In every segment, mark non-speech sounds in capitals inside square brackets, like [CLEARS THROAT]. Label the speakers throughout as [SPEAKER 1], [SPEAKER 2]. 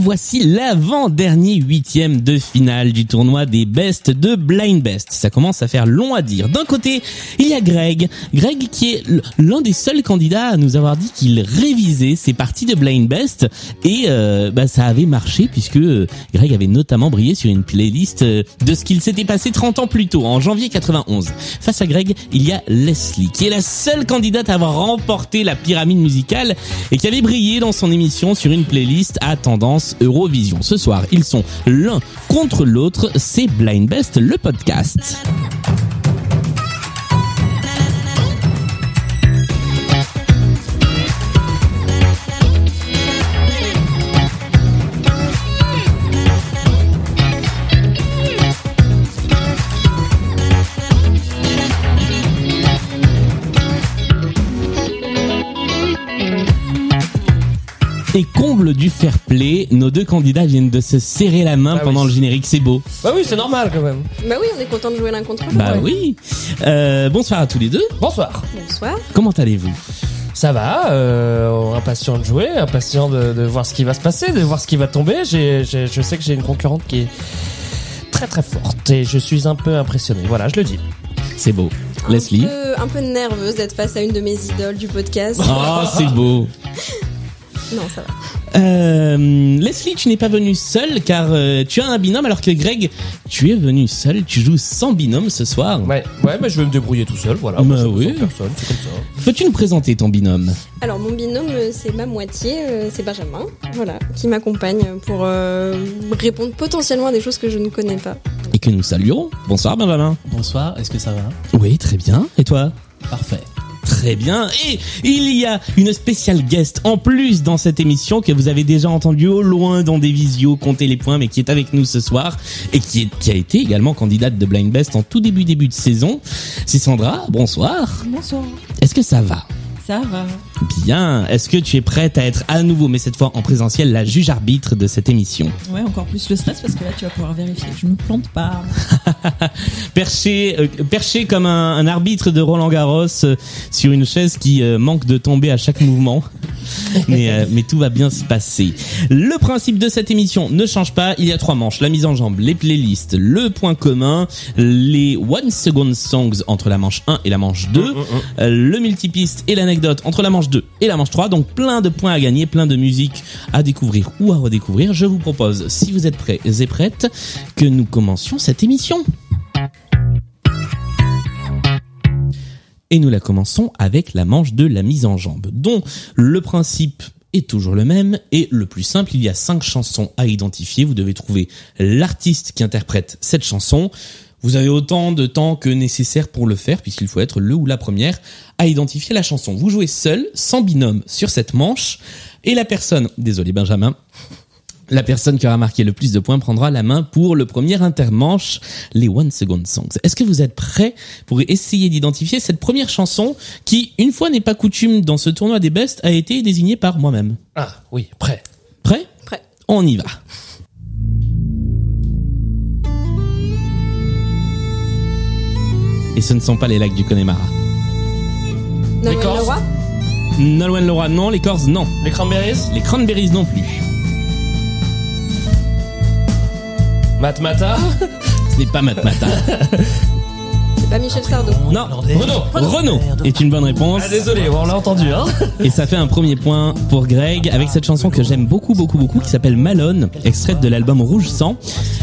[SPEAKER 1] voici l'avant-dernier huitième de finale du tournoi des Best de Blind Best. Ça commence à faire long à dire. D'un côté, il y a Greg. Greg qui est l'un des seuls candidats à nous avoir dit qu'il révisait ses parties de Blind Best. Et euh, bah, ça avait marché puisque euh, Greg avait notamment brillé sur une playlist euh, de ce qu'il s'était passé 30 ans plus tôt, en janvier 91. Face à Greg, il y a Leslie, qui est la seule candidate à avoir remporté la pyramide musicale et qui avait brillé dans son émission sur une playlist à tendance Eurovision. Ce soir, ils sont l'un contre l'autre, c'est Blind Best, le podcast. Et comble du fair play, nos deux candidats viennent de se serrer la main
[SPEAKER 2] Ah
[SPEAKER 1] pendant
[SPEAKER 2] oui.
[SPEAKER 1] le générique, c'est beau.
[SPEAKER 2] Bah oui, c'est normal quand même.
[SPEAKER 3] Bah oui, on est content de jouer l'un contre l'autre.
[SPEAKER 1] Bah oui. Euh, bonsoir à tous les deux.
[SPEAKER 2] Bonsoir.
[SPEAKER 3] Bonsoir.
[SPEAKER 1] Comment allez-vous
[SPEAKER 2] Ça va, euh, impatient de jouer, impatient de, de voir ce qui va se passer, de voir ce qui va tomber. J'ai, j'ai- je sais que j'ai une concurrente qui est très très forte et je suis un peu impressionné. Voilà, je le dis.
[SPEAKER 1] C'est beau.
[SPEAKER 3] Un
[SPEAKER 1] Leslie.
[SPEAKER 3] peu- Un peu nerveuse d'être face à une de mes idoles du podcast.
[SPEAKER 1] Oh, c'est beau.
[SPEAKER 3] non, ça va.
[SPEAKER 1] Euh, Leslie, tu n'es pas venue seule car euh, tu as un binôme alors que Greg, tu es venu seul, tu joues sans binôme ce soir.
[SPEAKER 2] Ouais, ouais, mais je vais me débrouiller tout seul, voilà.
[SPEAKER 1] Bah
[SPEAKER 2] Moi, ça me
[SPEAKER 1] oui.
[SPEAKER 2] sert Personne, c'est comme ça.
[SPEAKER 1] Peux-tu nous présenter ton binôme
[SPEAKER 3] Alors, mon binôme, euh, c'est ma moitié, euh, c'est Benjamin, voilà, qui m'accompagne pour euh, répondre potentiellement à des choses que je ne connais pas.
[SPEAKER 1] et que nous saluons Bonsoir Benjamin.
[SPEAKER 4] Bonsoir, est-ce que ça va
[SPEAKER 1] Oui, très bien. Et toi
[SPEAKER 4] Parfait.
[SPEAKER 1] Très bien. Et il y a une spéciale guest en plus dans cette émission que vous avez déjà entendue au loin dans des visios, comptez les points, mais qui est avec nous ce soir et qui, est- qui a été également candidate de Blind Best en tout début début de saison. C'est Sandra. Bonsoir.
[SPEAKER 5] Bonsoir.
[SPEAKER 1] Est-ce que ça va
[SPEAKER 5] Ça va
[SPEAKER 1] Bien. Est-ce que tu es prête à être à nouveau, mais cette fois en présentiel, la juge arbitre de cette émission
[SPEAKER 5] Ouais, encore plus le stress parce que là tu vas pouvoir vérifier que je me plante pas.
[SPEAKER 1] perché, euh, perché comme un, un arbitre de Roland Garros euh, sur une chaise qui euh, manque de tomber à chaque mouvement. Mais, euh, mais tout va bien se passer. Le principe de cette émission ne change pas. Il y a trois manches. La mise en jambe, les playlists, le point commun, les one second songs entre la manche 1 et la manche 2, euh, le multipiste et l'anecdote entre la manche 2 et la manche 3. Donc plein de points à gagner, plein de musique à découvrir ou à redécouvrir. Je vous propose, si vous êtes prêts et prêtes, que nous commencions cette émission. Et nous la commençons avec la manche de la mise en jambe, dont le principe est toujours le même et le plus simple, il y a cinq chansons à identifier. Vous devez trouver l'artiste qui interprète cette chanson. Vous avez autant de temps que nécessaire pour le faire puisqu'il faut être le ou la première à identifier la chanson. Vous jouez seul, sans binôme, sur cette manche et la personne, désolé Benjamin, la personne qui aura marqué le plus de points prendra la main pour le premier intermanche, les One Second Songs. Est-ce que vous êtes prêts pour essayer d'identifier cette première chanson qui, une fois n'est pas coutume dans ce tournoi des bests, a été désignée par moi-même
[SPEAKER 2] Ah oui, prêt.
[SPEAKER 1] Prêt
[SPEAKER 3] Prêt.
[SPEAKER 1] On y va. Et ce ne sont pas les lacs du Connemara.
[SPEAKER 3] Noël
[SPEAKER 2] D'accord.
[SPEAKER 3] Leroy
[SPEAKER 1] Nolwenn Leroy, non. Les Corses, non.
[SPEAKER 2] Les cranberries
[SPEAKER 1] Les Cranberries, non plus.
[SPEAKER 2] [LAUGHS] Matmata
[SPEAKER 1] Ce n'est pas Matmata.
[SPEAKER 3] c'est pas Michel Sardou.
[SPEAKER 1] Non.
[SPEAKER 2] Renaud
[SPEAKER 1] Renault est une bonne réponse.
[SPEAKER 2] Ah désolé, on l'a entendu, hein
[SPEAKER 1] Et ça fait un premier point pour Greg avec cette chanson que j'aime beaucoup, beaucoup, beaucoup qui s'appelle Malone, extraite de l'album Rouge Sang.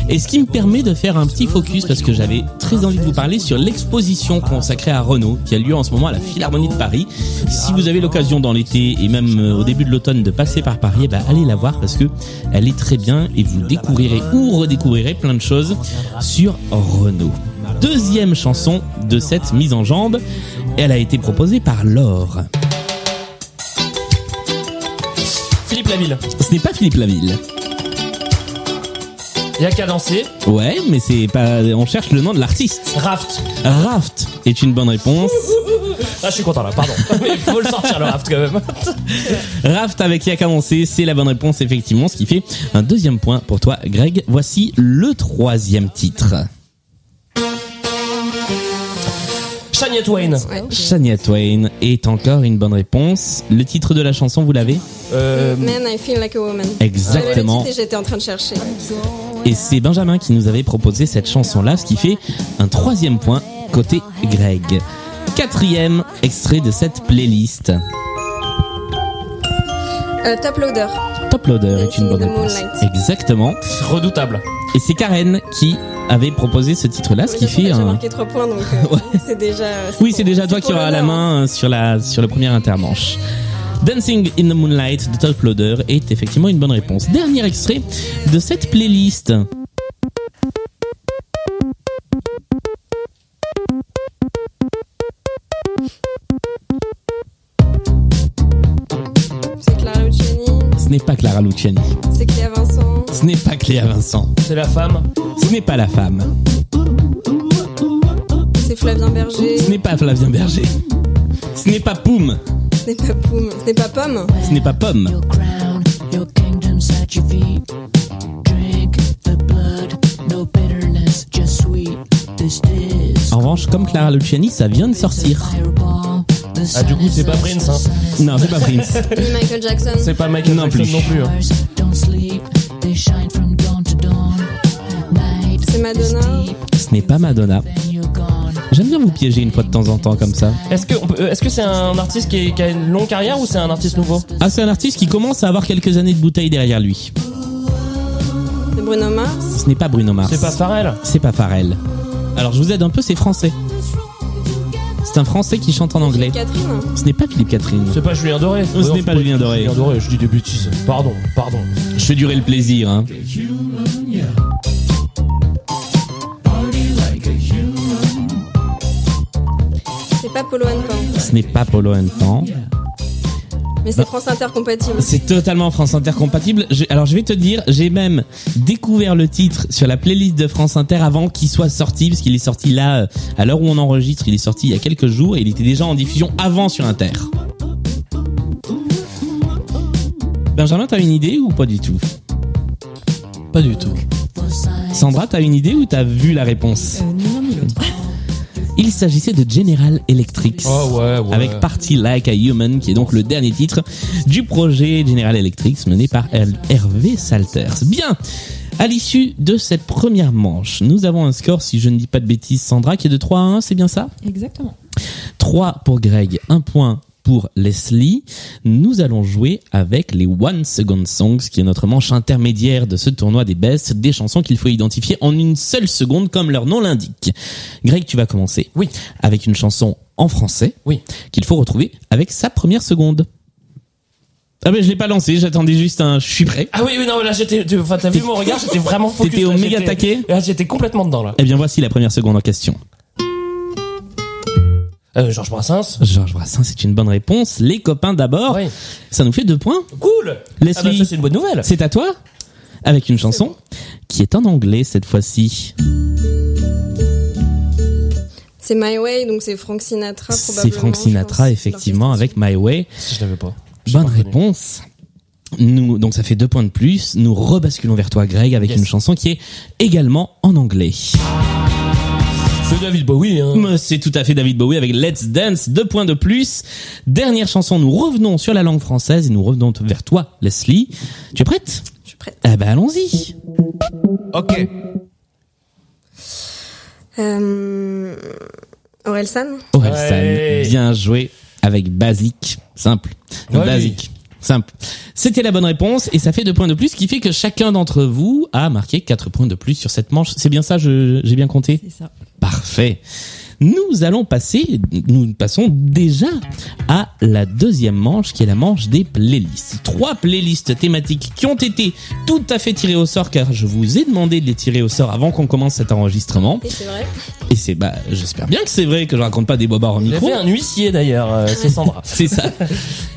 [SPEAKER 1] Et ce qui me permet de faire un petit focus parce que j'avais très envie de vous parler sur l'exposition consacrée à Renault qui a lieu en ce moment à la Philharmonie de Paris. Si vous avez l'occasion dans l'été et même euh, au début de l'automne de passer par Paris, eh ben, allez la voir parce que elle est très bien et vous découvrirez ou redécouvrirez plein de choses sur Renault. Deuxième chanson de cette mise en jambe, elle a été proposée par Laure.
[SPEAKER 2] [LAUGHS] Philippe Laville.
[SPEAKER 1] Ce n'est pas Philippe Laville.
[SPEAKER 2] Y'a qu'à danser.
[SPEAKER 1] Ouais, mais c'est pas. On cherche le nom de l'artiste.
[SPEAKER 2] Raft.
[SPEAKER 1] Raft est une bonne réponse.
[SPEAKER 2] Ah, je suis content là, [LAUGHS] pardon. Mais faut le sortir le raft quand même.
[SPEAKER 1] Raft avec Yaka Dansé, c'est la bonne réponse effectivement, ce qui fait un deuxième point pour toi, Greg. Voici le troisième titre.
[SPEAKER 2] Shania Twain.
[SPEAKER 1] Ah,
[SPEAKER 3] Ouais.
[SPEAKER 1] Shania Twain est encore une bonne réponse. Le titre de la chanson, vous l'avez
[SPEAKER 2] Euh,
[SPEAKER 3] Man, I feel like a woman.
[SPEAKER 1] Exactement.
[SPEAKER 3] J'avais le titre et J'étais en train de chercher.
[SPEAKER 1] Et c'est Benjamin qui nous avait proposé cette chanson-là, ce qui fait un troisième point côté Greg. Quatrième extrait de cette playlist.
[SPEAKER 3] Euh, top Loader.
[SPEAKER 1] Top Loader est une bonne
[SPEAKER 3] Dancing in the
[SPEAKER 1] réponse.
[SPEAKER 3] Moonlight.
[SPEAKER 1] Exactement.
[SPEAKER 2] redoutable.
[SPEAKER 1] Et c'est Karen qui avait proposé ce titre-là, ce qui
[SPEAKER 3] J'avoue que
[SPEAKER 1] fait
[SPEAKER 3] J'ai
[SPEAKER 1] un...
[SPEAKER 3] marqué 3 points, donc
[SPEAKER 1] [LAUGHS]
[SPEAKER 3] euh, c'est déjà.
[SPEAKER 1] Oui,
[SPEAKER 3] pour-
[SPEAKER 1] c'est déjà toi
[SPEAKER 3] pour
[SPEAKER 1] qui auras la
[SPEAKER 3] l'honneur.
[SPEAKER 1] main euh, sur la sur le premier intermanche. Dancing in the Moonlight de Top Loader est effectivement une bonne réponse. Dernier extrait de cette playlist.
[SPEAKER 3] C'est Clara Luciani,
[SPEAKER 1] Ce n'est pas Clara Luciani,
[SPEAKER 3] c'est Cléa Vincent.
[SPEAKER 1] ce n'est pas Cléa Vincent,
[SPEAKER 2] C'est la femme.
[SPEAKER 1] ce n'est pas la femme,
[SPEAKER 3] C'est Flavien Berger,
[SPEAKER 1] ce n'est pas Flavien Berger, ce n'est pas Poum,
[SPEAKER 3] ce n'est pas Poum, ce n'est pas Pomme.
[SPEAKER 1] ce n'est pas Pomme.
[SPEAKER 4] Your crown, your kingdom's at your feet. Drink the blood, no bitterness, just sweet. This is
[SPEAKER 1] En revanche, comme Clara Luciani, ça vient de sortir.
[SPEAKER 4] fireball. The
[SPEAKER 2] Ah, du coup, c'est pas
[SPEAKER 4] sun
[SPEAKER 2] Prince,
[SPEAKER 4] is
[SPEAKER 2] hein.
[SPEAKER 4] up,
[SPEAKER 1] Non, c'est pas Prince.
[SPEAKER 3] Ni Michael Jackson.
[SPEAKER 2] C'est pas Michael
[SPEAKER 1] Non
[SPEAKER 2] Jackson
[SPEAKER 1] plus.
[SPEAKER 2] non plus. hein.
[SPEAKER 4] Stars don't sleep, they shine from dawn to dawn. Night
[SPEAKER 3] C'est Madonna.
[SPEAKER 4] is deep,
[SPEAKER 1] Ce n'est pas Madonna.
[SPEAKER 4] then you're gone.
[SPEAKER 1] J'aime bien vous piéger une fois de temps en temps comme ça.
[SPEAKER 2] Est-ce que on peut- euh, est-ce que c'est un artiste qui, est- qui a une longue carrière ou c'est un artiste nouveau
[SPEAKER 1] Ah, c'est un artiste qui commence à avoir quelques années de bouteille derrière lui.
[SPEAKER 3] C'est Bruno Mars.
[SPEAKER 1] Ce n'est pas Bruno Mars.
[SPEAKER 2] C'est pas Pharrell.
[SPEAKER 1] C'est pas Pharrell. Alors je vous aide un peu, c'est français. C'est un français qui chante en anglais.
[SPEAKER 3] Catherine.
[SPEAKER 1] Ce n'est pas Philippe Catherine.
[SPEAKER 2] C'est pas Julien Doré.
[SPEAKER 1] Oh, ce n'est pas Julien Doré.
[SPEAKER 2] Julien Doré, je dis des bêtises. Pardon, pardon.
[SPEAKER 1] Je fais durer le plaisir. Hein.
[SPEAKER 3] C'est pas Polo and Pan.
[SPEAKER 1] Ce n'est pas Polo and Pan.
[SPEAKER 3] Mais c'est France Inter compatible.
[SPEAKER 1] C'est totalement France Inter compatible. Je- alors je vais te dire, j'ai même découvert le titre sur la playlist de France Inter avant qu'il soit sorti, parce qu'il est sorti là, euh, à l'heure où on enregistre, il est sorti il y a quelques jours et il était déjà en diffusion avant sur Inter. Benjamin, t'as une idée ou pas du tout
[SPEAKER 6] Pas du tout.
[SPEAKER 1] Sandra, t'as une idée ou t'as vu la réponse
[SPEAKER 5] Euh, ni l'un ni [LAUGHS] l'autre.
[SPEAKER 1] Il s'agissait de General Electric.
[SPEAKER 2] Oh ouais, ouais.
[SPEAKER 1] Avec Party Like a Human, qui est donc le dernier titre du projet General Electric mené par Her- Hervé Salters. Bien À l'issue de cette première manche, nous avons un score, si je ne dis pas de bêtises, Sandra, qui est de 3 à 1, c'est bien ça
[SPEAKER 5] Exactement.
[SPEAKER 1] 3 pour Greg, 1 point pour Leslie. Nous allons jouer avec les One Second Songs, qui est notre manche intermédiaire de ce tournoi des bests, des chansons qu'il faut identifier en une seule seconde, comme leur nom l'indique. Greg, tu vas commencer.
[SPEAKER 2] Oui.
[SPEAKER 1] Avec une chanson en français.
[SPEAKER 2] Oui.
[SPEAKER 1] Qu'il faut retrouver avec sa première seconde. Ah ben je l'ai pas lancé, j'attendais juste un. Je suis prêt.
[SPEAKER 2] Ah oui, oui, non, là j'étais. tu- Enfin, t'as vu mon regard, j'étais vraiment
[SPEAKER 1] [LAUGHS]
[SPEAKER 2] focus.
[SPEAKER 1] T'étais
[SPEAKER 2] là,
[SPEAKER 1] méga
[SPEAKER 2] j'étais-
[SPEAKER 1] taquet.
[SPEAKER 2] Là, j'étais complètement dedans là.
[SPEAKER 1] Eh bien voici la première seconde en question.
[SPEAKER 2] Euh, Georges Brassens.
[SPEAKER 1] Georges Brassens, c'est une bonne réponse. Les copains d'abord.
[SPEAKER 2] Oui.
[SPEAKER 1] Ça nous fait deux points.
[SPEAKER 2] Cool.
[SPEAKER 1] Oh. Leslie.
[SPEAKER 2] Ah bah, ça, c'est une bonne nouvelle.
[SPEAKER 1] C'est à toi avec une chanson qui est en anglais cette fois-ci.
[SPEAKER 3] C'est My Way, donc c'est Frank Sinatra probablement.
[SPEAKER 1] C'est Frank Sinatra effectivement avec My Way.
[SPEAKER 2] Si je l'avais pas. J'ai
[SPEAKER 1] Bonne
[SPEAKER 2] pas reconnu.
[SPEAKER 1] réponse. Nous, donc ça fait deux points de plus. Nous rebasculons vers toi Greg avec
[SPEAKER 2] Yes.
[SPEAKER 1] une chanson qui est également en anglais.
[SPEAKER 2] C'est David Bowie. Hein.
[SPEAKER 1] Mais C'est tout à fait David Bowie avec Let's Dance, deux points de plus. Dernière chanson, nous revenons sur la langue française et nous revenons vers toi, Leslie. Tu es prête
[SPEAKER 3] Je suis prête.
[SPEAKER 1] Eh ben allons-y.
[SPEAKER 6] Ok.
[SPEAKER 3] Euh... Aurel San.
[SPEAKER 1] Orelsan,
[SPEAKER 2] Ouais.
[SPEAKER 1] bien joué avec Basique, simple.
[SPEAKER 2] Ouais.
[SPEAKER 1] Basique, simple. C'était la bonne réponse et ça fait deux points de plus, ce qui fait que chacun d'entre vous a marqué quatre points de plus sur cette manche. C'est bien ça, je- j'ai bien compté
[SPEAKER 5] C'est ça.
[SPEAKER 1] Parfait. Nous allons passer, nous passons déjà à la deuxième manche qui est la manche des playlists. Trois playlists thématiques qui ont été tout à fait tirées au sort car je vous ai demandé de les tirer au sort avant qu'on commence cet enregistrement.
[SPEAKER 3] Et c'est vrai.
[SPEAKER 1] Et c'est, bah, j'espère bien que c'est vrai que je raconte pas des bobards au
[SPEAKER 2] Il y
[SPEAKER 1] micro.
[SPEAKER 2] avait un huissier d'ailleurs, euh,
[SPEAKER 1] [LAUGHS]
[SPEAKER 2] c'est Sandra.
[SPEAKER 1] C'est ça.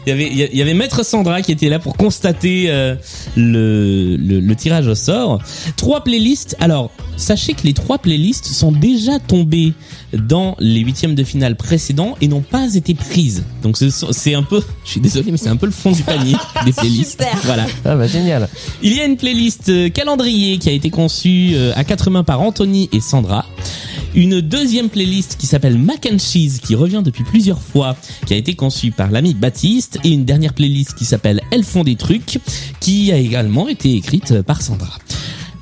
[SPEAKER 1] Il y avait, il y avait Maître Sandra qui était là pour constater euh, le, le, le tirage au sort. Trois playlists. Alors, sachez que les trois playlists sont déjà tombées dans les huitièmes de finale précédents et n'ont pas été prises. Donc, ce sont- c'est un peu, je suis désolé, mais c'est un peu le fond du panier des playlists.
[SPEAKER 3] Super.
[SPEAKER 1] Voilà.
[SPEAKER 2] Ah bah génial.
[SPEAKER 1] Il y a une playlist euh, calendrier qui a été conçue euh, à quatre mains par Anthony et Sandra Une deuxième playlist qui s'appelle Mac and Cheese, qui revient depuis plusieurs fois, qui a été conçue par l'ami Baptiste. Et une dernière playlist qui s'appelle Elles font des trucs, qui a également été écrite euh, par Sandra.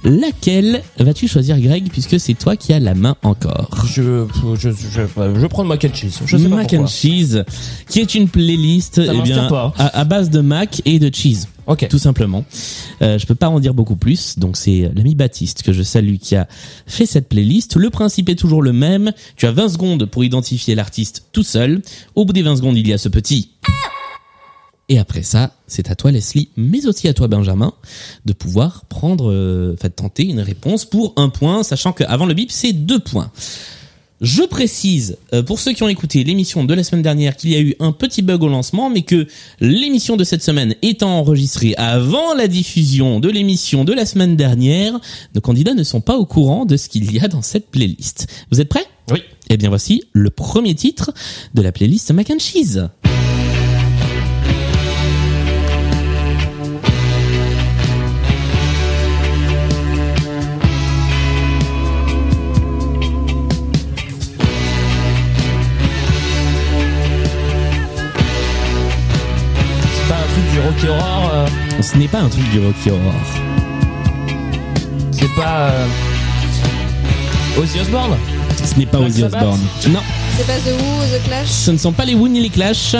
[SPEAKER 1] Laquelle vas-tu choisir, Greg, puisque c'est toi qui as la main encore
[SPEAKER 2] Je, je, je, je, je prends le mac and cheese. Je sais pas
[SPEAKER 1] Mac
[SPEAKER 2] pourquoi.
[SPEAKER 1] and Cheese, qui est une playlist eh
[SPEAKER 2] m'inspire
[SPEAKER 1] bien,
[SPEAKER 2] pas.
[SPEAKER 1] à, à base de Mac et de cheese.
[SPEAKER 2] hein. Ok.
[SPEAKER 1] Tout simplement. Euh, je peux pas en dire beaucoup plus. Donc c'est euh, l'ami Baptiste que je salue qui a fait cette playlist. Le principe est toujours le même. Tu as 20 secondes pour identifier l'artiste tout seul. Au bout des 20 secondes, il y a ce petit. Et après ça, c'est à toi Leslie, mais aussi à toi Benjamin, de pouvoir prendre, euh, enfin tenter une réponse pour un point, sachant qu'avant le bip, c'est deux points. Je précise, euh, pour ceux qui ont écouté l'émission de la semaine dernière, qu'il y a eu un petit bug au lancement, mais que l'émission de cette semaine étant enregistrée avant la diffusion de l'émission de la semaine dernière, nos candidats ne sont pas au courant de ce qu'il y a dans cette playlist. Vous êtes prêts
[SPEAKER 2] Oui.
[SPEAKER 1] Eh bien voici le premier titre de la playlist Mac and Cheese.
[SPEAKER 2] C'est pas un truc du Rocky Horror. euh,
[SPEAKER 1] Ce n'est pas un truc du Rocky Horror.
[SPEAKER 2] c'est pas. Euh... Ozzy Osbourne
[SPEAKER 1] Ce n'est pas
[SPEAKER 2] Black
[SPEAKER 1] Ozzy
[SPEAKER 2] Sabbath
[SPEAKER 1] Osbourne. Non,
[SPEAKER 3] C'est pas The Who, The Clash
[SPEAKER 1] ce ne sont pas les Who ni les Clash.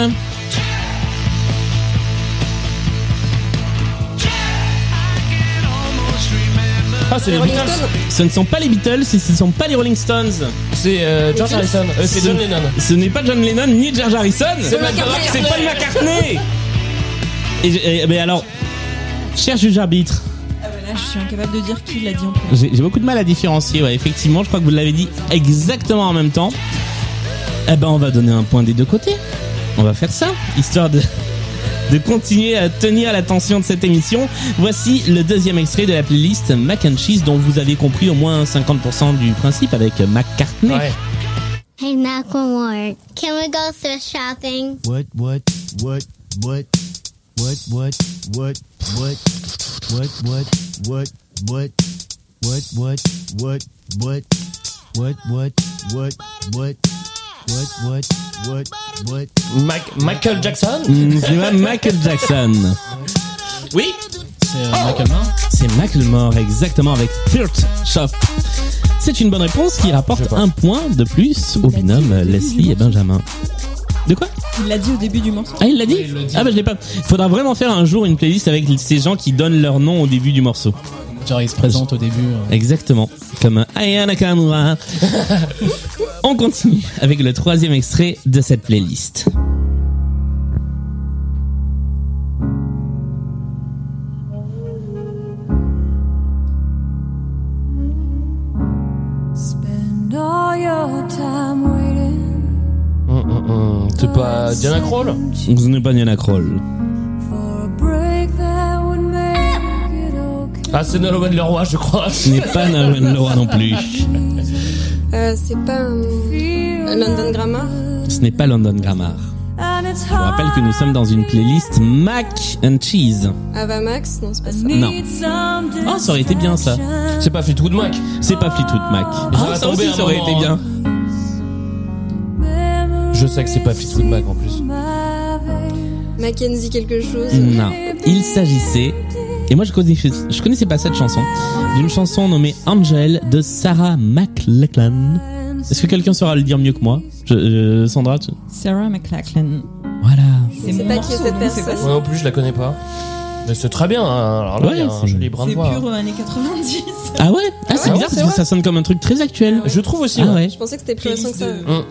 [SPEAKER 2] Ah, c'est les
[SPEAKER 3] Rolling
[SPEAKER 2] Beatles
[SPEAKER 3] Stone
[SPEAKER 1] Ce ne sont pas les Beatles et ce ne sont pas les Rolling Stones.
[SPEAKER 2] C'est euh, George Harrison. Euh, c'est
[SPEAKER 1] Ce-
[SPEAKER 2] John Lennon.
[SPEAKER 1] Ce n'est pas John Lennon ni George Harrison.
[SPEAKER 2] C'est Paul McCartney.
[SPEAKER 1] C'est Paul McCartney. Et, je- et- mais alors, cher juge arbitre,
[SPEAKER 5] Ah bah là, je suis incapable de dire qui l'a dit en premier.
[SPEAKER 1] j'ai j'ai beaucoup de mal à différencier. ouais, effectivement, je crois que vous l'avez dit exactement en même temps. Eh ben, on va donner un point des deux côtés. On va faire ça, histoire de de continuer à tenir l'attention de cette émission. Voici le deuxième extrait de la playlist Mac and Cheese, dont vous avez compris au moins 50% du principe avec McCartney.
[SPEAKER 2] Ouais.
[SPEAKER 7] Hey, Macklemore, can we go thrift shopping?
[SPEAKER 6] What, what, what, what, what, what, what, what, what, what, what, what, what, what, what, what, what, what, what, what, what, what, what, what.
[SPEAKER 2] Mac- Michael Jackson
[SPEAKER 1] Mm, C'est pas Michael Jackson. Oui
[SPEAKER 6] C'est euh, Michael Mann
[SPEAKER 1] C'est Macklemore, exactement, avec Third Shop. C'est une bonne réponse qui
[SPEAKER 2] Je
[SPEAKER 1] rapporte
[SPEAKER 2] pense.
[SPEAKER 1] un point de plus au
[SPEAKER 5] Il l'a dit
[SPEAKER 1] binôme
[SPEAKER 5] au début
[SPEAKER 1] Leslie
[SPEAKER 5] du
[SPEAKER 1] et Benjamin. De quoi
[SPEAKER 5] Il l'a dit au début du morceau.
[SPEAKER 1] Ah, il l'a dit
[SPEAKER 2] il l'a dit.
[SPEAKER 1] Ah, bah je l'ai pas. Faudra vraiment faire un jour une playlist avec ces gens qui donnent leur nom au début du morceau.
[SPEAKER 6] Genre, il se présente au début. euh.
[SPEAKER 1] Exactement. Comme Aya
[SPEAKER 2] [LAUGHS]
[SPEAKER 1] Nakamura. On continue avec le troisième extrait de cette playlist.
[SPEAKER 2] Hum, hum, hum. C'est pas Diana Krall
[SPEAKER 1] Ce n'est pas Niana Kroll.
[SPEAKER 2] Ah, c'est Nolwenn Leroy, je crois.
[SPEAKER 1] Ce n'est pas Nolwenn Leroy non plus.
[SPEAKER 3] Euh, C'est pas euh, London Grammar
[SPEAKER 1] Ce n'est pas London Grammar. Je vous rappelle que nous sommes dans une playlist Mac and Cheese.
[SPEAKER 3] Ava Max Non, c'est pas ça.
[SPEAKER 1] Non. Oh, ça aurait été bien ça.
[SPEAKER 2] C'est pas Fleetwood Mac.
[SPEAKER 1] C'est pas Fleetwood Mac.
[SPEAKER 2] Ah, Ça va tomber un moment, hein. Je sais que c'est pas Fleetwood Mac en plus.
[SPEAKER 3] Mackenzie quelque
[SPEAKER 2] hein.
[SPEAKER 3] chose
[SPEAKER 1] Non. Il s'agissait, et moi je connaissais, je connaissais pas cette chanson, d'une chanson nommée Angel de Sarah McLachlan. Est-ce que quelqu'un saura le dire mieux que moi Je- euh, Sandra tu-
[SPEAKER 5] Sarah McLachlan.
[SPEAKER 1] Voilà.
[SPEAKER 5] C'est
[SPEAKER 3] sais
[SPEAKER 5] mon
[SPEAKER 3] pas qui est
[SPEAKER 5] morceau,
[SPEAKER 3] cette
[SPEAKER 5] donc
[SPEAKER 3] personne.
[SPEAKER 5] c'est quoi
[SPEAKER 2] Moi non plus, je la connais pas. Mais c'est très bien. hein. Alors là,
[SPEAKER 1] Ouais,
[SPEAKER 2] il y a
[SPEAKER 1] c'est-
[SPEAKER 2] un joli brin
[SPEAKER 5] C'est
[SPEAKER 2] de voix. hein.
[SPEAKER 5] pur euh, années 90. [LAUGHS]
[SPEAKER 1] Ah ouais Ah c'est bizarre
[SPEAKER 2] Ah ouais, c'est
[SPEAKER 1] parce
[SPEAKER 2] vrai.
[SPEAKER 1] que ça sonne comme un truc très actuel.
[SPEAKER 2] Je trouve aussi. hein.
[SPEAKER 1] Ah
[SPEAKER 2] ouais.
[SPEAKER 1] ouais.
[SPEAKER 3] Je pensais que c'était plus récent que ça.
[SPEAKER 5] Playlist de-
[SPEAKER 2] Hum.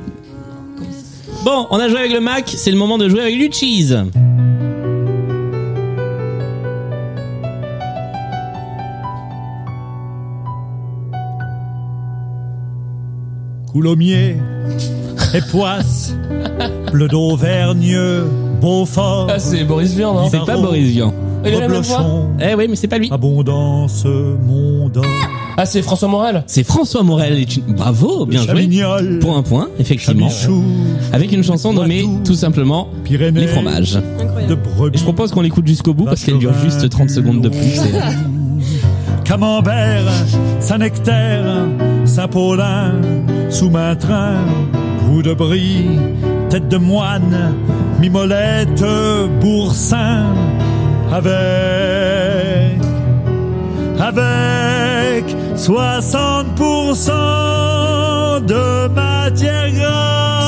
[SPEAKER 1] Bon, on a joué avec le Mac, c'est le moment de jouer avec du cheese.
[SPEAKER 2] [LAUGHS]
[SPEAKER 8] Coulommiers et Poisse, bleu d'Auvergne, Beaufort,
[SPEAKER 2] Ah, c'est Boris Vian, non
[SPEAKER 1] C'est pas Boris Vian.
[SPEAKER 2] Il a la même voix
[SPEAKER 8] Reblochon,
[SPEAKER 1] Eh oui, mais c'est pas lui.
[SPEAKER 8] Abondance, Mondor,
[SPEAKER 2] Ah, c'est François Morel
[SPEAKER 1] C'est François Morel. Et tu- Bravo, bien joué.
[SPEAKER 8] Chamignol,
[SPEAKER 1] Pour un point, effectivement.
[SPEAKER 8] Chamichou,
[SPEAKER 1] Avec une chanson nommée
[SPEAKER 8] Poitou,
[SPEAKER 1] tout simplement
[SPEAKER 8] Pyrénées,
[SPEAKER 1] Les fromages.
[SPEAKER 8] de
[SPEAKER 3] Incroyable.
[SPEAKER 1] Et
[SPEAKER 8] brebis,
[SPEAKER 1] je propose qu'on l'écoute jusqu'au bout parce qu'elle dure juste 30 secondes de plus. C'est-
[SPEAKER 8] Camembert, Saint-Nectaire, Saint-Paulin, sous-maitrin, roue de brie, tête de moine, mimolette, boursin, avec, avec 60% de matière grasse.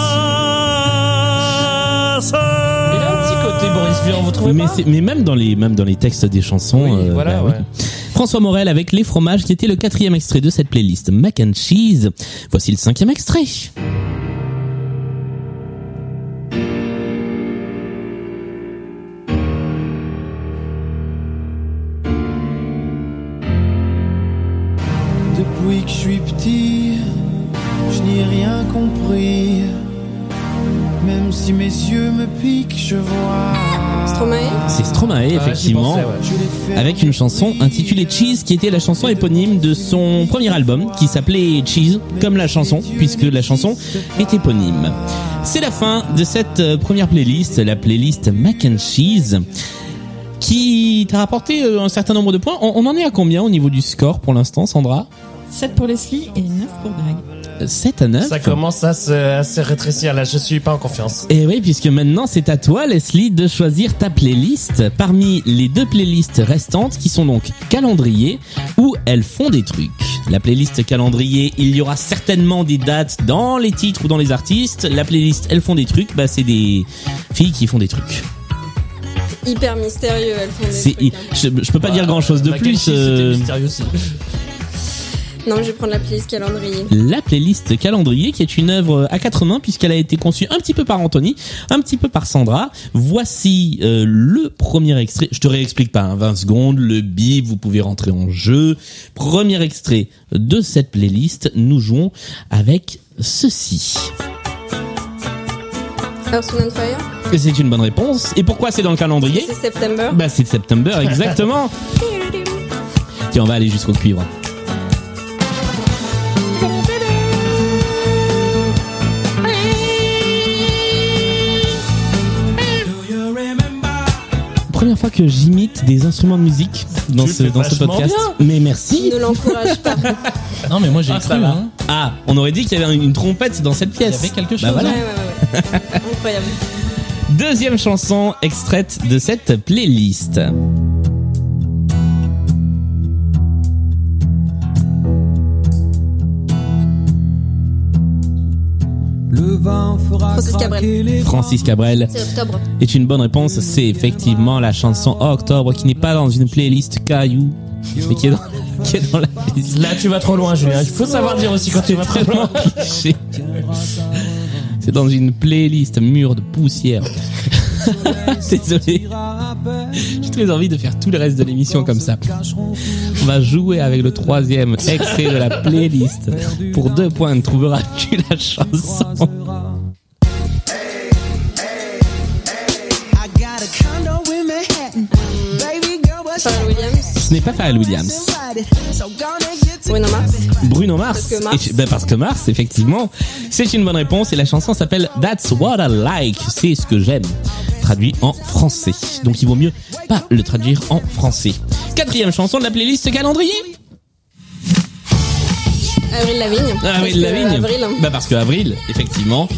[SPEAKER 2] Il a un petit côté Boris Vian, vous trouvez
[SPEAKER 1] mais,
[SPEAKER 2] pas
[SPEAKER 1] c'est- mais même dans les même dans les textes des chansons.
[SPEAKER 2] Oui, voilà,
[SPEAKER 1] bah oui.
[SPEAKER 2] ouais.
[SPEAKER 1] François Morel avec les fromages qui était le quatrième extrait de cette playlist Mac and Cheese. Voici le cinquième extrait.
[SPEAKER 9] Depuis que je suis petit, je n'ai rien compris. Même si mes yeux me piquent, je vois.
[SPEAKER 3] Stromae
[SPEAKER 1] C'est Stromae
[SPEAKER 2] Ouais,
[SPEAKER 1] effectivement.
[SPEAKER 2] Ah. j'y pensais, ouais.
[SPEAKER 9] Je les fais
[SPEAKER 1] Avec une chanson intitulée Cheese, qui était la chanson éponyme de son premier album, qui s'appelait Cheese, comme la chanson, puisque la chanson est éponyme. C'est la fin de cette euh, première playlist, la playlist Mac and Cheese, qui t'a rapporté euh, un certain nombre de points. On, on en est à combien au niveau du score pour l'instant, Sandra
[SPEAKER 5] 7 pour Leslie et 9 pour Greg.
[SPEAKER 1] 7 à 9
[SPEAKER 10] Hein
[SPEAKER 2] Ça commence à se, à se rétrécir là, je suis pas en confiance.
[SPEAKER 1] Et Eh oui, puisque maintenant c'est à toi, Leslie, de choisir ta playlist parmi les deux playlists restantes qui sont donc calendrier où elles font des trucs. La playlist calendrier, il y aura certainement des dates dans les titres ou dans les artistes. La playlist elles font des trucs, bah c'est des filles qui font des trucs.
[SPEAKER 3] Hyper mystérieux, elles font des
[SPEAKER 1] C'est,
[SPEAKER 3] trucs, hein.
[SPEAKER 1] je, je peux pas dire grand chose de
[SPEAKER 2] Mac and
[SPEAKER 1] plus.
[SPEAKER 2] Cheese,
[SPEAKER 1] euh,
[SPEAKER 2] C'était mystérieux aussi.
[SPEAKER 3] Non, mais je vais prendre la playlist calendrier.
[SPEAKER 1] la playlist calendrier qui est une œuvre euh, à quatre mains puisqu'elle a été conçue un petit peu par Anthony, un petit peu par Sandra. Voici euh, le premier extrait. Je te réexplique pas, hein, 20 secondes, le bip, vous pouvez rentrer en jeu. Premier extrait de cette playlist, nous jouons avec ceci.
[SPEAKER 3] Earth, Wind and Fire
[SPEAKER 1] Et C'est une bonne réponse. Et pourquoi c'est dans le calendrier
[SPEAKER 3] C'est September.
[SPEAKER 1] Bah c'est September, exactement. Tiens, on va aller jusqu'au cuivre. Première fois que j'imite des instruments de musique dans
[SPEAKER 2] Tu le
[SPEAKER 1] ce,
[SPEAKER 2] fais
[SPEAKER 1] dans ce
[SPEAKER 2] vachement
[SPEAKER 1] podcast.
[SPEAKER 2] bien.
[SPEAKER 1] Mais merci.
[SPEAKER 3] Ne l'encourage
[SPEAKER 1] [LAUGHS]
[SPEAKER 3] pas. Ouais,
[SPEAKER 10] Non, mais moi j'ai
[SPEAKER 2] Ah,
[SPEAKER 10] cru.
[SPEAKER 2] ça va.
[SPEAKER 10] hein.
[SPEAKER 1] Ah, on aurait dit qu'il y avait une trompette dans cette
[SPEAKER 10] Il y
[SPEAKER 1] pièce.
[SPEAKER 10] avait quelque chose. hein.
[SPEAKER 1] Bah voilà.
[SPEAKER 3] ouais, ouais, ouais. Incroyable.
[SPEAKER 1] Deuxième chanson extraite de cette playlist.
[SPEAKER 9] Le vin fera
[SPEAKER 3] Francis Cabrel.
[SPEAKER 9] craquer les
[SPEAKER 1] Francis Cabrel
[SPEAKER 3] C'est octobre.
[SPEAKER 1] est une bonne réponse. C'est effectivement la chanson Octobre qui n'est pas dans une playlist Caillou, mais qui est dans, qui est dans [LAUGHS] la playlist.
[SPEAKER 2] Là, tu vas trop loin, Julien. Il faut savoir dire aussi quand tu vas très loin.
[SPEAKER 1] cliché. C'est dans une playlist mur de poussière. [LAUGHS] Désolé, j'ai très envie de faire tout le reste de l'émission comme ça. On va jouer avec le troisième extrait de la playlist. Pour deux points, trouveras-tu la chanson
[SPEAKER 3] Pharrell Williams.
[SPEAKER 1] Ce n'est pas Pharrell Williams.
[SPEAKER 3] Bruno Mars.
[SPEAKER 1] Bruno Mars.
[SPEAKER 3] Parce que Mars.
[SPEAKER 1] Et- ben, parce que Mars, effectivement. C'est une bonne réponse et la chanson s'appelle That's What I Like. C'est ce que j'aime. Traduit en français. Donc il vaut mieux pas le traduire en français. Quatrième chanson de la playlist calendrier.
[SPEAKER 3] Avril Lavigne.
[SPEAKER 1] Ah, Avril
[SPEAKER 3] Parce que
[SPEAKER 1] Lavigne.
[SPEAKER 3] Avril. hein.
[SPEAKER 1] Bah parce que Avril, effectivement.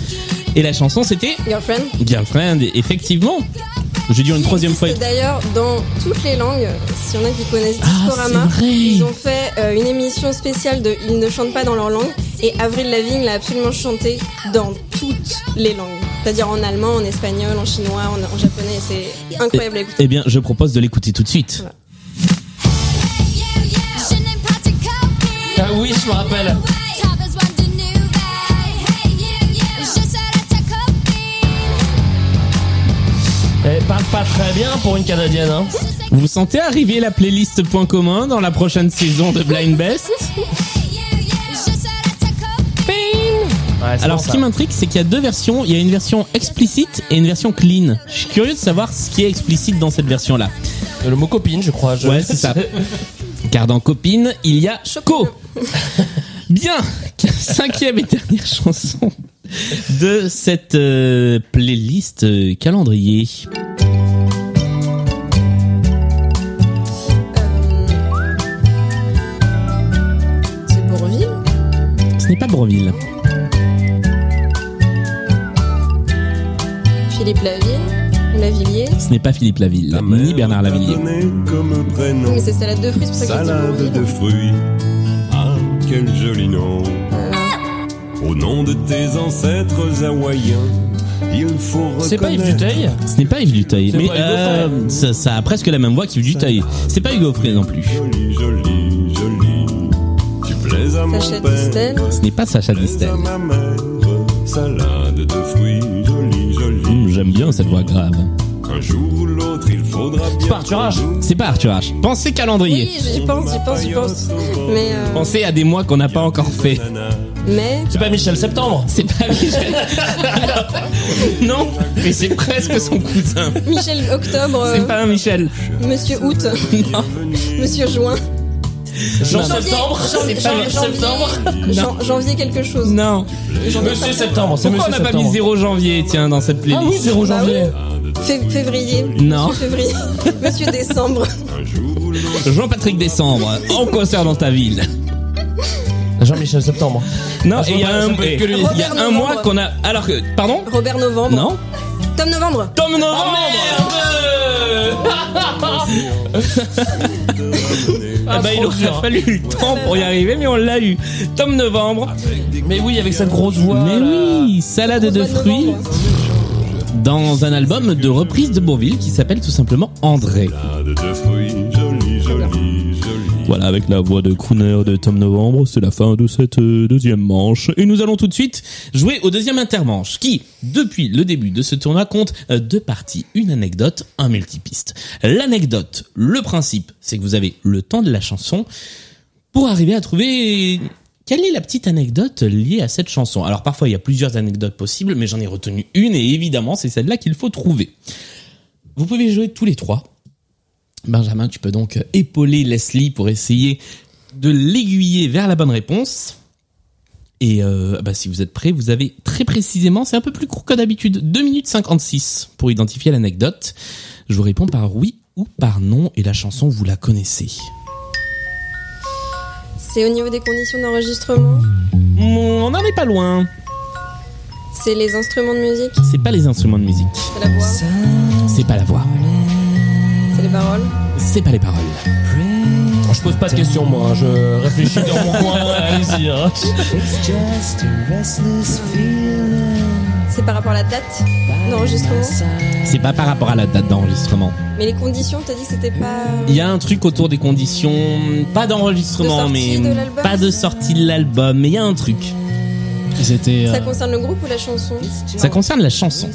[SPEAKER 1] Et la chanson c'était
[SPEAKER 3] Girlfriend.
[SPEAKER 1] Girlfriend, effectivement. Je dis Bah. une troisième fois. Ah,
[SPEAKER 3] C'est d'ailleurs dans toutes les langues, s'il y en a qui connaissent Discorama,
[SPEAKER 1] c'est vrai.
[SPEAKER 3] ils ont fait euh, une émission spéciale de Ils ne chantent pas dans leur langue et Avril Lavigne l'a absolument chanté dans toutes les langues. C'est-à-dire en allemand, en espagnol, en chinois, en, en japonais, c'est incroyable à écouter.
[SPEAKER 1] Eh bien, je propose de l'écouter tout de suite.
[SPEAKER 2] Ah oui, je me rappelle. Elle parle pas très bien pour une Canadienne, hein.
[SPEAKER 1] Vous sentez arriver la playlist point commun dans la prochaine saison de Blind Best
[SPEAKER 2] Ouais, c'est
[SPEAKER 1] Alors,
[SPEAKER 2] bon,
[SPEAKER 1] ce
[SPEAKER 2] ça.
[SPEAKER 1] qui m'intrigue, c'est qu'il y a deux versions. Il y a une version explicite et une version clean. Je suis curieux de savoir ce qui est explicite dans cette version-là.
[SPEAKER 2] Euh, le mot copine, je crois. je-
[SPEAKER 1] Ouais, c'est [LAUGHS] ça. Car dans Copine, il y a [LAUGHS] Co. Bien. Cinquième et dernière chanson de cette euh, playlist euh, calendrier.
[SPEAKER 3] Euh, C'est Bourville
[SPEAKER 1] Ce n'est pas Bourville.
[SPEAKER 3] Philippe Lavigne, Lavillier.
[SPEAKER 1] Ce n'est pas Philippe Laville,
[SPEAKER 10] Ta mère
[SPEAKER 1] ni Bernard
[SPEAKER 10] t'a
[SPEAKER 1] Lavillier.
[SPEAKER 10] donné comme prénom.
[SPEAKER 3] Mais c'est salade de fruits, c'est pour ça que j'ai dit
[SPEAKER 10] Salade de
[SPEAKER 3] Bourvil.
[SPEAKER 10] fruits. Ah, quel joli nom. Au nom de tes ancêtres hawaïens, il faut reconnaître.
[SPEAKER 2] C'est pas Yves Duteil
[SPEAKER 1] Ce n'est pas Yves Duteil,
[SPEAKER 2] C'est
[SPEAKER 1] mais
[SPEAKER 2] pas Hugo
[SPEAKER 1] euh, ça, ça a presque la même voix qu'Yves Duteil. C'est pas Hugo Frey non plus.
[SPEAKER 10] Joli, joli, joli. Tu plais à mon
[SPEAKER 3] Sacha
[SPEAKER 10] père.
[SPEAKER 3] Distel.
[SPEAKER 1] Ce n'est pas Sacha
[SPEAKER 10] tu plais
[SPEAKER 1] Distel.
[SPEAKER 10] à ma mère. Salade de fruits. Joli, joli.
[SPEAKER 1] Hum, J'aime bien cette voix grave.
[SPEAKER 10] Un jour ou l'autre, il faudra bien.
[SPEAKER 2] C'est pas Arthur H.
[SPEAKER 1] C'est pas Arthur H. Pensez calendrier.
[SPEAKER 3] Oui, j'y pense, j'y pense, j'y pense. Mais, euh,
[SPEAKER 1] Pensez à des mois qu'on n'a pas encore fait.
[SPEAKER 3] mais
[SPEAKER 2] C'est pas Michel Septembre.
[SPEAKER 1] C'est pas Michel. [LAUGHS] non, mais c'est presque son cousin.
[SPEAKER 3] Michel Octobre, euh,
[SPEAKER 1] C'est pas un Michel.
[SPEAKER 3] Monsieur Août,
[SPEAKER 1] Non.
[SPEAKER 3] Monsieur Juin,
[SPEAKER 2] Jean
[SPEAKER 1] Non.
[SPEAKER 2] Ah, Septembre.
[SPEAKER 3] Janvier,
[SPEAKER 2] C'est pas Jean Septembre.
[SPEAKER 3] Jan- janvier quelque chose.
[SPEAKER 1] Non.
[SPEAKER 2] Monsieur Septembre. C'est
[SPEAKER 1] Pourquoi on
[SPEAKER 2] Monsieur
[SPEAKER 1] n'a pas
[SPEAKER 2] Septembre.
[SPEAKER 1] mis 0 janvier, tiens, dans cette
[SPEAKER 2] Ah
[SPEAKER 1] playlist
[SPEAKER 2] oui, 0 janvier.
[SPEAKER 3] Fé- février.
[SPEAKER 1] Non.
[SPEAKER 3] Monsieur février. Monsieur décembre.
[SPEAKER 1] Ah Jean-Patrick Décembre, en concert dans ta ville.
[SPEAKER 2] Jean-Michel Septembre.
[SPEAKER 1] Non,
[SPEAKER 2] je
[SPEAKER 1] et il y a
[SPEAKER 2] vois pas,
[SPEAKER 1] un,
[SPEAKER 2] ça peut être
[SPEAKER 1] et
[SPEAKER 2] que lui.
[SPEAKER 1] il y a
[SPEAKER 3] Robert
[SPEAKER 1] un
[SPEAKER 3] Novembre.
[SPEAKER 1] mois qu'on a. Alors que. Pardon
[SPEAKER 3] Robert novembre.
[SPEAKER 1] Non Ah,
[SPEAKER 3] Tom novembre.
[SPEAKER 1] Tom [LAUGHS] Novembre Ah bah, Eh il
[SPEAKER 2] trop
[SPEAKER 1] aurait
[SPEAKER 2] dur.
[SPEAKER 1] fallu le temps pour y arriver, mais on l'a eu. Tom Novembre.
[SPEAKER 2] Mais oui, avec cette grosse voix.
[SPEAKER 1] Mais
[SPEAKER 2] là.
[SPEAKER 1] oui, salade de
[SPEAKER 3] Grosse voix de
[SPEAKER 1] fruits
[SPEAKER 3] novembre.
[SPEAKER 1] dans un album de reprise de Bourville qui s'appelle tout simplement André.
[SPEAKER 10] Salade de fruits. Joli, joli, joli.
[SPEAKER 1] Voilà, avec la voix de crooner de Tom Novembre, c'est la fin de cette euh, deuxième manche. Et nous allons tout de suite jouer au deuxième intermanche, qui, depuis le début de ce tournoi, compte euh, deux parties. Une anecdote, un multipiste. L'anecdote, le principe, c'est que vous avez le temps de la chanson pour arriver à trouver quelle est la petite anecdote liée à cette chanson. Alors parfois, il y a plusieurs anecdotes possibles, mais j'en ai retenu une, et évidemment, c'est celle-là qu'il faut trouver. Vous pouvez jouer tous les trois. Benjamin, tu peux donc épauler Leslie pour essayer de l'aiguiller vers la bonne réponse. Et euh, bah, si vous êtes prêts, vous avez très précisément, c'est un peu plus court que d'habitude, 2 minutes 56 pour identifier l'anecdote. Je vous réponds par oui ou par non, et la chanson, vous la connaissez.
[SPEAKER 3] C'est au niveau des conditions d'enregistrement.
[SPEAKER 1] On n'en est pas loin.
[SPEAKER 3] C'est les instruments de musique.
[SPEAKER 1] C'est pas les instruments de musique,
[SPEAKER 3] C'est la voix.
[SPEAKER 1] c'est pas la voix,
[SPEAKER 3] C'est les paroles.
[SPEAKER 1] c'est pas les paroles.
[SPEAKER 2] Je pose pas de questions, moi. hein. Je réfléchis dans mon coin. Allez-y. hein.
[SPEAKER 3] C'est par rapport à la date d'enregistrement.
[SPEAKER 1] C'est pas par rapport à la date d'enregistrement.
[SPEAKER 3] Mais les conditions, t'as dit que c'était pas.
[SPEAKER 1] Il y a un truc autour des conditions, pas d'enregistrement,
[SPEAKER 3] De
[SPEAKER 1] mais
[SPEAKER 3] sortie de l'album,
[SPEAKER 1] pas de
[SPEAKER 3] c'est-
[SPEAKER 1] sortie de l'album, mais il y a un truc.
[SPEAKER 11] Ils étaient.
[SPEAKER 3] Ça
[SPEAKER 11] euh,
[SPEAKER 3] concerne le groupe ou la chanson
[SPEAKER 1] Ça concerne la chanson.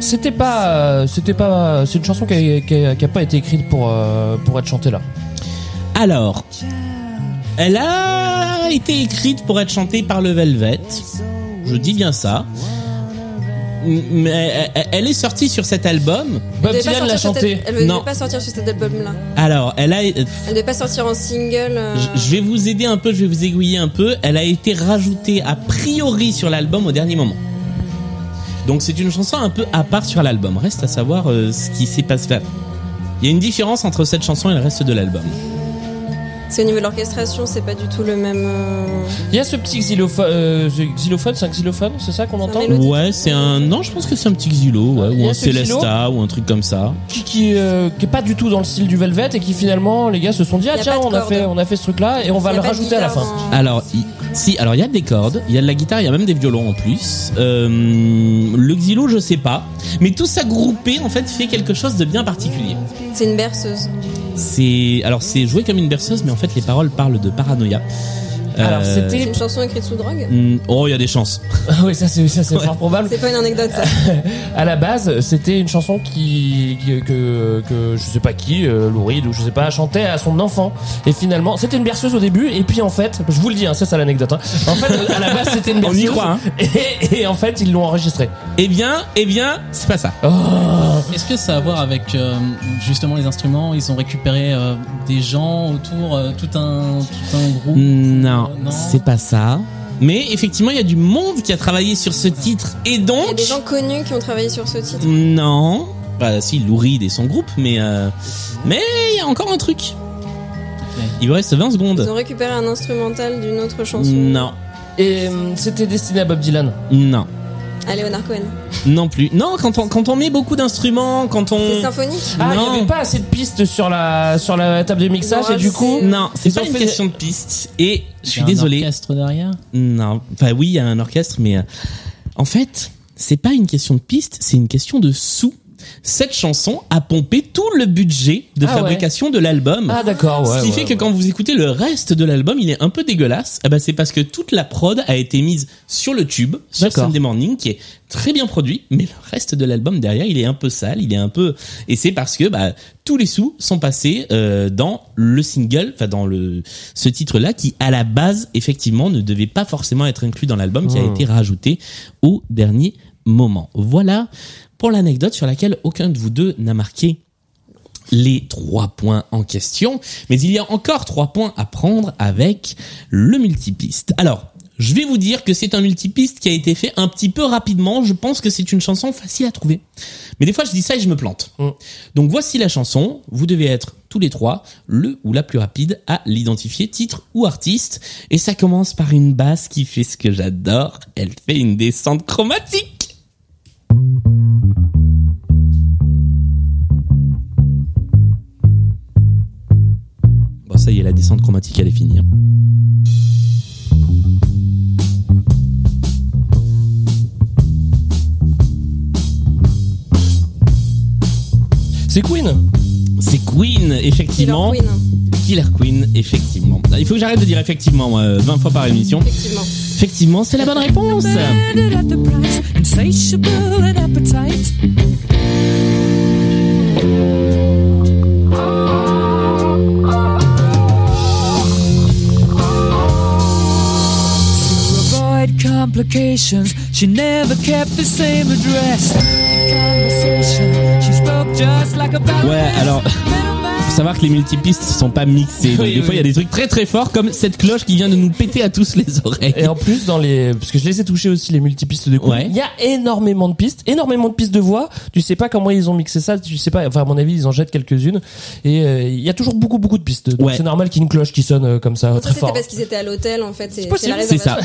[SPEAKER 2] C'était pas, euh, c'était pas, c'est une chanson qui a, qui a- qui a pas été écrite pour euh, pour être chantée là.
[SPEAKER 1] Alors, elle a été écrite pour être chantée par le Velvet. Je dis bien ça. Mais elle- elle est sortie sur cet album.
[SPEAKER 2] Bob
[SPEAKER 3] Elle devait pas
[SPEAKER 2] Dylan l'a
[SPEAKER 3] sortir sur
[SPEAKER 2] chantée.
[SPEAKER 3] cette- Elle devait
[SPEAKER 1] Non.
[SPEAKER 3] pas sortir sur cet album-là.
[SPEAKER 1] Alors, elle a. euh,
[SPEAKER 3] Elle devait pas sortir en single. euh,
[SPEAKER 1] Je je vais vous aider un peu, je vais vous aiguiller un peu. Elle a été rajoutée a priori sur l'album au dernier moment. Donc c'est une chanson un peu à part sur l'album. Reste à savoir euh, ce qui s'est passé là. Il y a une différence entre cette chanson et le reste de l'album.
[SPEAKER 3] C'est au niveau de l'orchestration, c'est pas du tout le même. euh,
[SPEAKER 2] Il y a ce petit xylophone, euh, ce xylophone, c'est un xylophone, c'est ça qu'on entend
[SPEAKER 3] mélodie.
[SPEAKER 1] Ouais, c'est un. Non, je pense que c'est un petit xylo, ouais,
[SPEAKER 2] Ah, Il y
[SPEAKER 1] ou
[SPEAKER 2] a
[SPEAKER 1] un
[SPEAKER 2] ce xylo
[SPEAKER 1] Celesta, ou un truc comme ça.
[SPEAKER 2] qui qui, euh, qui est pas du tout dans le style du Velvet et qui finalement les gars se sont dit ah
[SPEAKER 3] Y a
[SPEAKER 2] tiens
[SPEAKER 3] pas de
[SPEAKER 2] on a
[SPEAKER 3] corde.
[SPEAKER 2] fait on a fait ce truc là et on va
[SPEAKER 3] y a
[SPEAKER 2] le
[SPEAKER 3] pas de
[SPEAKER 2] rajouter à la fin.
[SPEAKER 3] guitare hein. en-
[SPEAKER 1] Alors, il- si, alors il y a des cordes, il y a de la guitare, il y a même des violons en plus. Euh, le xylo, je sais pas, mais tout ça groupé en fait fait quelque chose de bien particulier.
[SPEAKER 2] Ah.
[SPEAKER 3] C'est une berceuse.
[SPEAKER 2] Euh,
[SPEAKER 1] C'est alors c'est joué comme une berceuse, mais en fait les paroles parlent de paranoïa.
[SPEAKER 2] Alors
[SPEAKER 1] Euh,
[SPEAKER 3] C'est
[SPEAKER 2] c'était
[SPEAKER 3] une chanson écrite sous drogue.
[SPEAKER 1] hmm, Oh, il y a des chances.
[SPEAKER 3] hein.
[SPEAKER 2] Ah [LAUGHS] oui ça c'est ça c'est
[SPEAKER 1] Ouais.
[SPEAKER 2] fort probable.
[SPEAKER 3] C'est pas une anecdote ça.
[SPEAKER 2] À la base c'était une chanson qui, qui- que que je sais pas qui euh, Lou Reed ou je sais pas chantait à son enfant et finalement c'était une berceuse au début et puis en fait je vous le dis hein, c'est ça l'anecdote hein. En fait à la base c'était une
[SPEAKER 1] [LAUGHS] On y
[SPEAKER 2] berceuse.
[SPEAKER 1] croit, hein.
[SPEAKER 2] et, et en fait ils l'ont Oh. enregistré.
[SPEAKER 1] Eh bien, eh bien, c'est pas ça.
[SPEAKER 11] Est-ce que ça a à voir avec euh, justement les instruments Ils ont récupéré euh, des gens autour, euh, tout, un, tout un groupe.
[SPEAKER 1] Hmm, Non,
[SPEAKER 11] Euh, non.
[SPEAKER 1] c'est pas ça. Mais effectivement, il y a du monde qui a travaillé sur ce titre, et
[SPEAKER 3] Il y a
[SPEAKER 1] donc
[SPEAKER 2] Ah,
[SPEAKER 3] des gens connus qui ont travaillé sur ce titre.
[SPEAKER 1] non. Bah si, Lou Reed et son groupe, mais euh, mais il y a encore un truc. Il vous reste 20
[SPEAKER 3] Ils
[SPEAKER 1] secondes.
[SPEAKER 2] Hmm.
[SPEAKER 3] ont récupéré un instrumental d'une autre chanson.
[SPEAKER 1] Non,
[SPEAKER 2] Et euh, c'était destiné à Bob Dylan.
[SPEAKER 1] Non.
[SPEAKER 3] À Leonard Cohen.
[SPEAKER 1] Non plus. Non, quand on, quand on met beaucoup d'instruments, quand on.
[SPEAKER 3] C'est symphonique
[SPEAKER 2] Ah, il n'y
[SPEAKER 1] Non.
[SPEAKER 2] avait pas assez de pistes sur la, sur la table de mixage et du coup.
[SPEAKER 1] Non, c'est
[SPEAKER 2] ils
[SPEAKER 1] pas
[SPEAKER 2] ont
[SPEAKER 1] une
[SPEAKER 2] fait-
[SPEAKER 1] question de piste. Et
[SPEAKER 11] Il
[SPEAKER 1] je
[SPEAKER 11] y
[SPEAKER 1] suis
[SPEAKER 11] a un
[SPEAKER 1] désolé.
[SPEAKER 11] orchestre derrière.
[SPEAKER 1] Non. Enfin, oui, il y a un orchestre, mais euh, en fait, c'est pas une question de piste, c'est une question de sous. Cette chanson a pompé tout le budget de
[SPEAKER 2] Ah ouais.
[SPEAKER 1] fabrication de l'album.
[SPEAKER 2] Ah, d'accord, ouais.
[SPEAKER 1] Ce qui
[SPEAKER 2] ouais,
[SPEAKER 1] fait que
[SPEAKER 2] ouais.
[SPEAKER 1] quand vous écoutez le reste de l'album, il est un peu dégueulasse. Eh ben, c'est parce que toute la prod a été mise sur le tube, sur
[SPEAKER 2] D'accord.
[SPEAKER 1] Sunday Morning, qui est très bien produit, mais le reste de l'album derrière, il est un peu sale, il est un peu. Et c'est parce que bah, tous les sous sont passés euh, dans le single, enfin dans le ce titre-là, qui à la base, effectivement, ne devait pas forcément être inclus dans l'album, qui a
[SPEAKER 2] Mmh.
[SPEAKER 1] été rajouté au dernier moment. Voilà pour l'anecdote sur laquelle aucun de vous deux n'a marqué les trois points en question, mais il y a encore trois points à prendre avec le multipiste. Alors, je vais vous dire que c'est un multipiste qui a été fait un petit peu rapidement. Je pense que c'est une chanson facile à trouver. Mais des fois, je dis ça et je me plante.
[SPEAKER 2] Mm.
[SPEAKER 1] Donc voici la chanson. Vous devez être tous les trois le ou la plus rapide à l'identifier, titre ou artiste. Et ça commence par une basse qui fait ce que j'adore. Elle fait une descente chromatique. Bon, ça y est, la descente chromatique, elle est finie. hein.
[SPEAKER 2] C'est Queen.
[SPEAKER 1] C'est Queen, effectivement.
[SPEAKER 3] Killer Queen, hein.
[SPEAKER 1] Killer Queen, effectivement. Il faut que j'arrête de dire effectivement moi, euh, 20 fois par émission.
[SPEAKER 3] effectivement.
[SPEAKER 1] Effectivement, c'est la bonne réponse.
[SPEAKER 4] Murdered at the price, insatiable in appetite. To avoid complications, she never kept the same address. In conversation, she spoke just like a
[SPEAKER 1] Ouais,
[SPEAKER 4] ballerina.
[SPEAKER 1] alors, faut savoir que les multipistes sont pas mixés. Donc
[SPEAKER 2] Oui,
[SPEAKER 1] des
[SPEAKER 2] oui.
[SPEAKER 1] fois, il y a des trucs très très forts comme cette cloche qui vient de nous péter à tous les oreilles.
[SPEAKER 2] Et en plus, dans les, parce que je les ai touchés aussi les multipistes de Queen.
[SPEAKER 1] Ouais.
[SPEAKER 2] Il y a énormément de pistes, énormément de pistes de voix. Tu sais pas comment ils ont mixé ça. Tu sais pas. Enfin, à mon avis, ils en jettent quelques-unes. Et euh, il y a toujours beaucoup, beaucoup de pistes. Donc
[SPEAKER 1] Ouais.
[SPEAKER 2] c'est normal qu'il y ait une cloche qui sonne euh, comme ça
[SPEAKER 3] Ça,
[SPEAKER 2] très
[SPEAKER 3] C'était
[SPEAKER 2] fort.
[SPEAKER 3] parce qu'ils étaient à l'hôtel en fait. C'est c'est la
[SPEAKER 2] possible,
[SPEAKER 3] raison.
[SPEAKER 1] C'est
[SPEAKER 2] [LAUGHS]
[SPEAKER 3] pour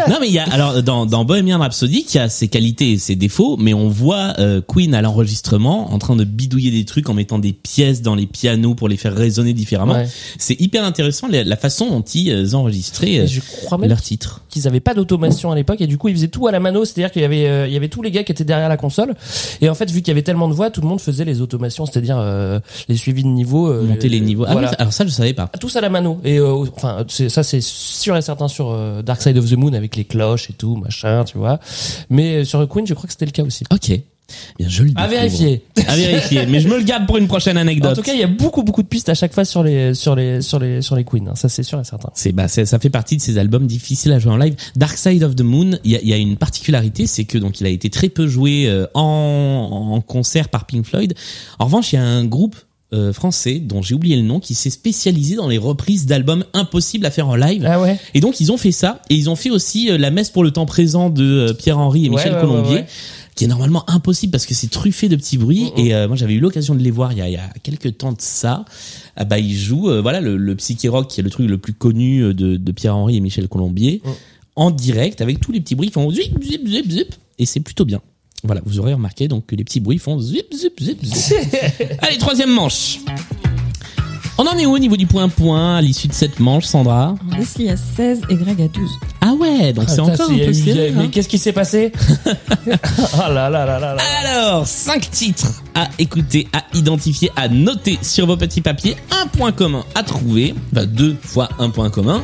[SPEAKER 1] ça. non mais il y a alors dans, dans Bohemian Rhapsody, il y a ses qualités et ses défauts, mais on voit euh, Queen à l'enregistrement en train de bidouiller des trucs en mettant des pièces dans les pianos pour les faire résonner différemment.
[SPEAKER 2] Ouais.
[SPEAKER 1] C'est hyper intéressant la, la façon dont ils euh, enregistraient
[SPEAKER 2] Et
[SPEAKER 1] euh,
[SPEAKER 2] je crois même
[SPEAKER 1] leurs titres.
[SPEAKER 2] qu'ils avaient pas d'automation à l'époque et du coup ils faisaient tout à la mano c'est-à-dire qu'il y avait euh, il y avait tous les gars qui étaient derrière la console et en fait vu qu'il y avait tellement de voix tout le monde faisait les automations c'est-à-dire euh, les suivis de niveau euh,
[SPEAKER 1] Monter les niveaux. Ah
[SPEAKER 2] voilà.
[SPEAKER 1] oui, alors ça je savais pas.
[SPEAKER 2] tous à la mano et euh, enfin c'est- ça c'est sûr et certain sur euh, Dark Side of the Moon avec les cloches et tout machin tu vois mais euh, sur Queen je crois que c'était le cas aussi
[SPEAKER 1] Ok. Bien, je le
[SPEAKER 2] à
[SPEAKER 1] découvre.
[SPEAKER 2] vérifier
[SPEAKER 1] À vérifier. Mais je me le garde pour une prochaine anecdote.
[SPEAKER 2] en tout cas il y a beaucoup beaucoup de pistes à chaque fois sur les sur les sur les sur les Queen hein. ça c'est sûr et certain
[SPEAKER 1] C'est bah c'est- ça fait partie de ces albums difficiles à jouer en live. Dark Side of the Moon, il y a, il y a une particularité, c'est que donc il a été très peu joué euh, en, en concert par Pink Floyd. En revanche, il y a un groupe euh, français dont j'ai oublié le nom qui s'est spécialisé dans les reprises d'albums impossibles à faire en live.
[SPEAKER 2] ah ouais
[SPEAKER 1] Et donc ils ont fait ça et ils ont fait aussi euh, la messe pour le temps présent de euh, Pierre Henry et
[SPEAKER 2] Ouais,
[SPEAKER 1] Michel
[SPEAKER 2] ouais, ouais,
[SPEAKER 1] Colombier.
[SPEAKER 2] ouais. Mm,
[SPEAKER 1] qui est normalement impossible parce que c'est truffé de petits bruits et euh, moi j'avais eu l'occasion de les voir il y a, il y a quelques temps de ça ah bah ils jouent euh, voilà le, le psyché rock qui est le truc le plus connu euh, de, de Pierre Henry et Michel Colombier
[SPEAKER 2] Mhm.
[SPEAKER 1] en direct avec tous les petits bruits qui font zip zip zip zip et c'est plutôt bien voilà vous aurez remarqué donc que les petits bruits font zip zip zip
[SPEAKER 2] [LAUGHS]
[SPEAKER 1] zip allez troisième manche on en est où au niveau du point point à l'issue de cette manche Sandra
[SPEAKER 5] Leslie à 16 et Greg à 12.
[SPEAKER 1] ah ouais donc c'est
[SPEAKER 2] Ah, putain,
[SPEAKER 1] encore
[SPEAKER 2] c'est-
[SPEAKER 1] un
[SPEAKER 2] il y a
[SPEAKER 1] peu
[SPEAKER 2] eu- il y a-
[SPEAKER 1] serré, hein.
[SPEAKER 2] mais qu'est-ce qui
[SPEAKER 1] [LAUGHS]
[SPEAKER 2] s'est passé ah là là là là là
[SPEAKER 1] Alors, 5 titres à écouter, à identifier, à noter sur vos petits papiers. Un point commun à trouver. Enfin, deux fois un point commun.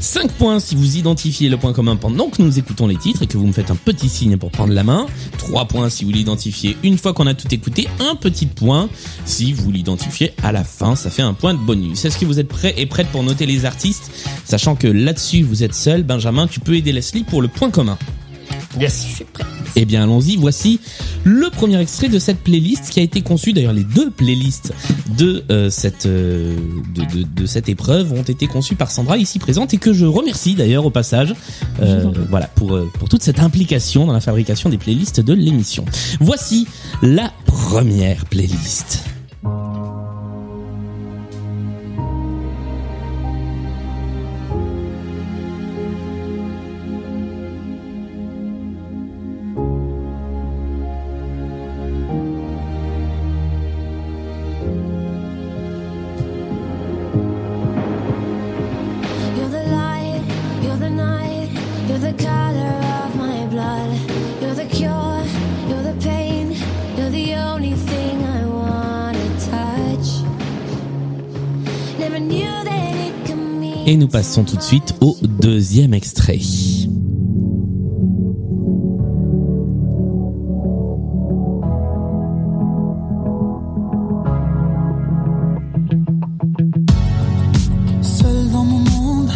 [SPEAKER 1] 5 points si vous identifiez le point commun pendant que nous écoutons les titres et que vous me faites un petit signe pour prendre la main. 3 points si vous l'identifiez une fois qu'on a tout écouté. Un petit point si vous l'identifiez à la fin. Ça fait un point de bonus. Est-ce que vous êtes prêts et prêtes pour noter les artistes Sachant que là-dessus, vous êtes seul. Benjamin, tu peux aider Leslie pour le point commun.
[SPEAKER 2] yes
[SPEAKER 1] Eh bien, allons-y. Voici le premier extrait de cette playlist qui a été conçue. D'ailleurs, les deux playlists de euh, cette euh, de, de- de cette épreuve ont été conçues par Sandra ici présente et que je remercie d'ailleurs au passage. euh, voilà pour euh, pour toute cette implication dans la fabrication des playlists de l'émission. Voici la première playlist. Et nous passons tout de suite au deuxième extrait.
[SPEAKER 4] Seul dans mon monde,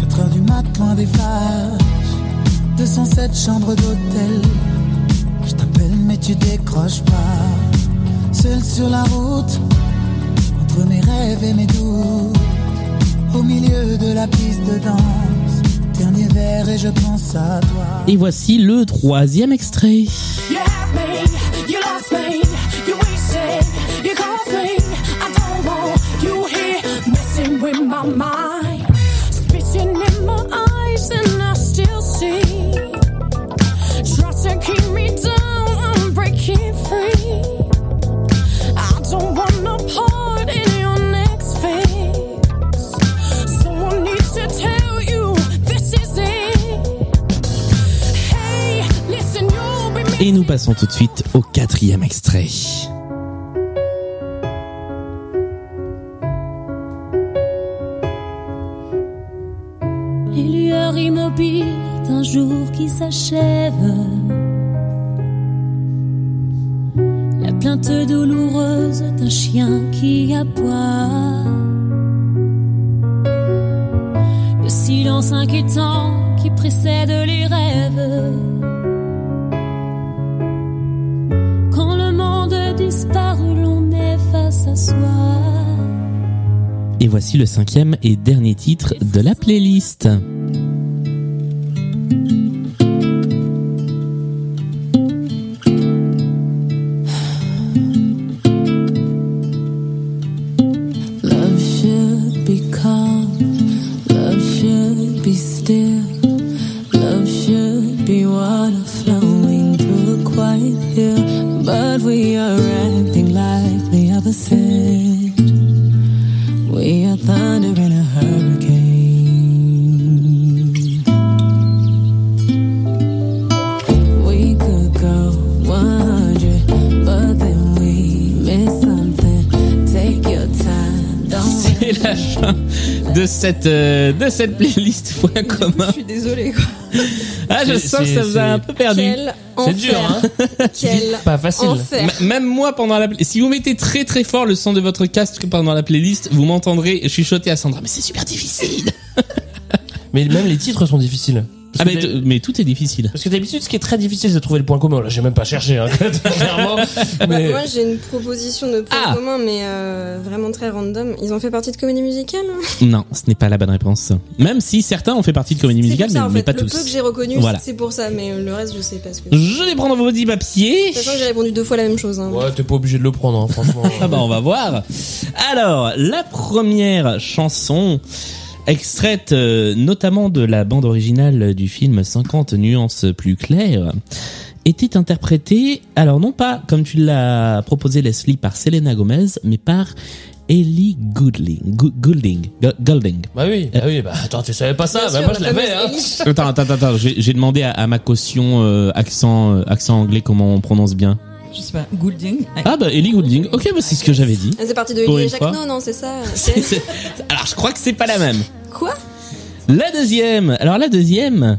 [SPEAKER 4] 4 heures du mat, loin des phares. 207 chambres d'hôtel. Je t'appelle, mais tu décroches pas. Seul sur la route, entre mes rêves et mes doutes. Au milieu de la piste de danse, dernier verre et je pense à toi.
[SPEAKER 1] Et voici le troisième extrait.
[SPEAKER 4] You had me, you lost me, you wasted, you caused me. I don't want you here messing with my mind. Spitting in my eyes, and I still see. Try to keep me down, I'm breaking free. I don't want no part in your next phase. Someone needs to tell you this is it. Hey, listen, you'll be
[SPEAKER 1] Et nous passons tout de suite au quatrième extrait.
[SPEAKER 12] les lueurs immobiles d'un jour qui s'achève. La plainte douloureuse d'un chien qui aboie. Le silence inquiétant qui précède les rêves. Quand le monde disparu, l'on est face à soi.
[SPEAKER 1] Et voici le cinquième et dernier titre de la playlist.
[SPEAKER 4] Love should be calm. Love should be still. Love should be water flowing through a quiet hill. But we are acting like the opposite. We are thunder in a hurricane. We could go 100, but then we miss something. Take your time. Don't
[SPEAKER 1] C'est la fin de cette, euh, de cette playlist point commun.
[SPEAKER 3] Je suis désolée. quoi.
[SPEAKER 1] Ah, je
[SPEAKER 2] C'est-
[SPEAKER 1] sens que
[SPEAKER 2] c'est-
[SPEAKER 1] ça vous a
[SPEAKER 2] c'est-
[SPEAKER 1] un peu perdu.
[SPEAKER 3] Quel enfer.
[SPEAKER 2] dur, hein.
[SPEAKER 3] [LAUGHS] Quel
[SPEAKER 2] Pas facile.
[SPEAKER 3] enfer.
[SPEAKER 1] M- Même moi, pendant la, pla- si vous mettez très très fort le son de votre casque pendant la playlist, vous m'entendrez chuchoter à Sandra. Mais c'est super difficile.
[SPEAKER 2] Mais même les titres sont difficiles.
[SPEAKER 1] Ah,
[SPEAKER 2] Parce que
[SPEAKER 1] mais,
[SPEAKER 2] t'as-
[SPEAKER 1] t- mais tout est difficile.
[SPEAKER 2] parce que d'habitude, ce qui est très difficile, c'est de trouver le point commun. Là, j'ai même pas cherché, hein, [LAUGHS] clairement. Mais
[SPEAKER 3] Bah, Moi, j'ai une proposition de point
[SPEAKER 1] Ah.
[SPEAKER 3] commun, mais euh, vraiment très random. Ils ont fait partie de comédie musicale. hein
[SPEAKER 1] Non, ce n'est pas la bonne réponse. Même si certains ont fait partie de comédie
[SPEAKER 3] C'est
[SPEAKER 1] musicale,
[SPEAKER 3] pour
[SPEAKER 1] mais,
[SPEAKER 3] ça, en
[SPEAKER 1] mais
[SPEAKER 3] fait.
[SPEAKER 1] pas
[SPEAKER 3] le
[SPEAKER 1] tous.
[SPEAKER 3] peu que j'ai reconnu,
[SPEAKER 1] Voilà.
[SPEAKER 3] c'est pour ça, mais euh, le reste, je sais pas ce que.
[SPEAKER 1] Je vais prendre vos petits papiers.
[SPEAKER 3] Sachant que j'ai répondu deux fois la même chose. hein.
[SPEAKER 2] ouais, t'es pas obligé de le prendre, hein, franchement.
[SPEAKER 1] Ah bah on va voir. Alors, la première chanson extraite euh, notamment de la bande originale du film 50 nuances plus claires était interprétée alors non pas comme tu l'as proposé Leslie par Selena Gomez mais par Ellie Goulding Gou- Goulding Gu- Goulding
[SPEAKER 2] Bah oui, bah oui, bah attends, tu savais pas ça,
[SPEAKER 3] Bien
[SPEAKER 2] bah
[SPEAKER 3] sûr,
[SPEAKER 2] moi je
[SPEAKER 3] la
[SPEAKER 2] l'avais, hein.
[SPEAKER 3] fameuse Ellie.
[SPEAKER 1] Attends attends attends j'ai j'ai demandé à, à ma caution euh, accent euh, accent anglais comment on prononce bien
[SPEAKER 5] Je sais pas, Goulding.
[SPEAKER 1] Ah bah Ellie Goulding OK bah c'est ce que j'avais dit
[SPEAKER 3] Ah, C'est parti de
[SPEAKER 1] Pour
[SPEAKER 3] Ellie et
[SPEAKER 1] une
[SPEAKER 3] Jacques.
[SPEAKER 1] fois.
[SPEAKER 3] Non, non, c'est ça.
[SPEAKER 1] [LAUGHS] C'est- c'est- alors je crois que c'est pas la même
[SPEAKER 3] Quoi
[SPEAKER 1] La deuxième. Alors la deuxième,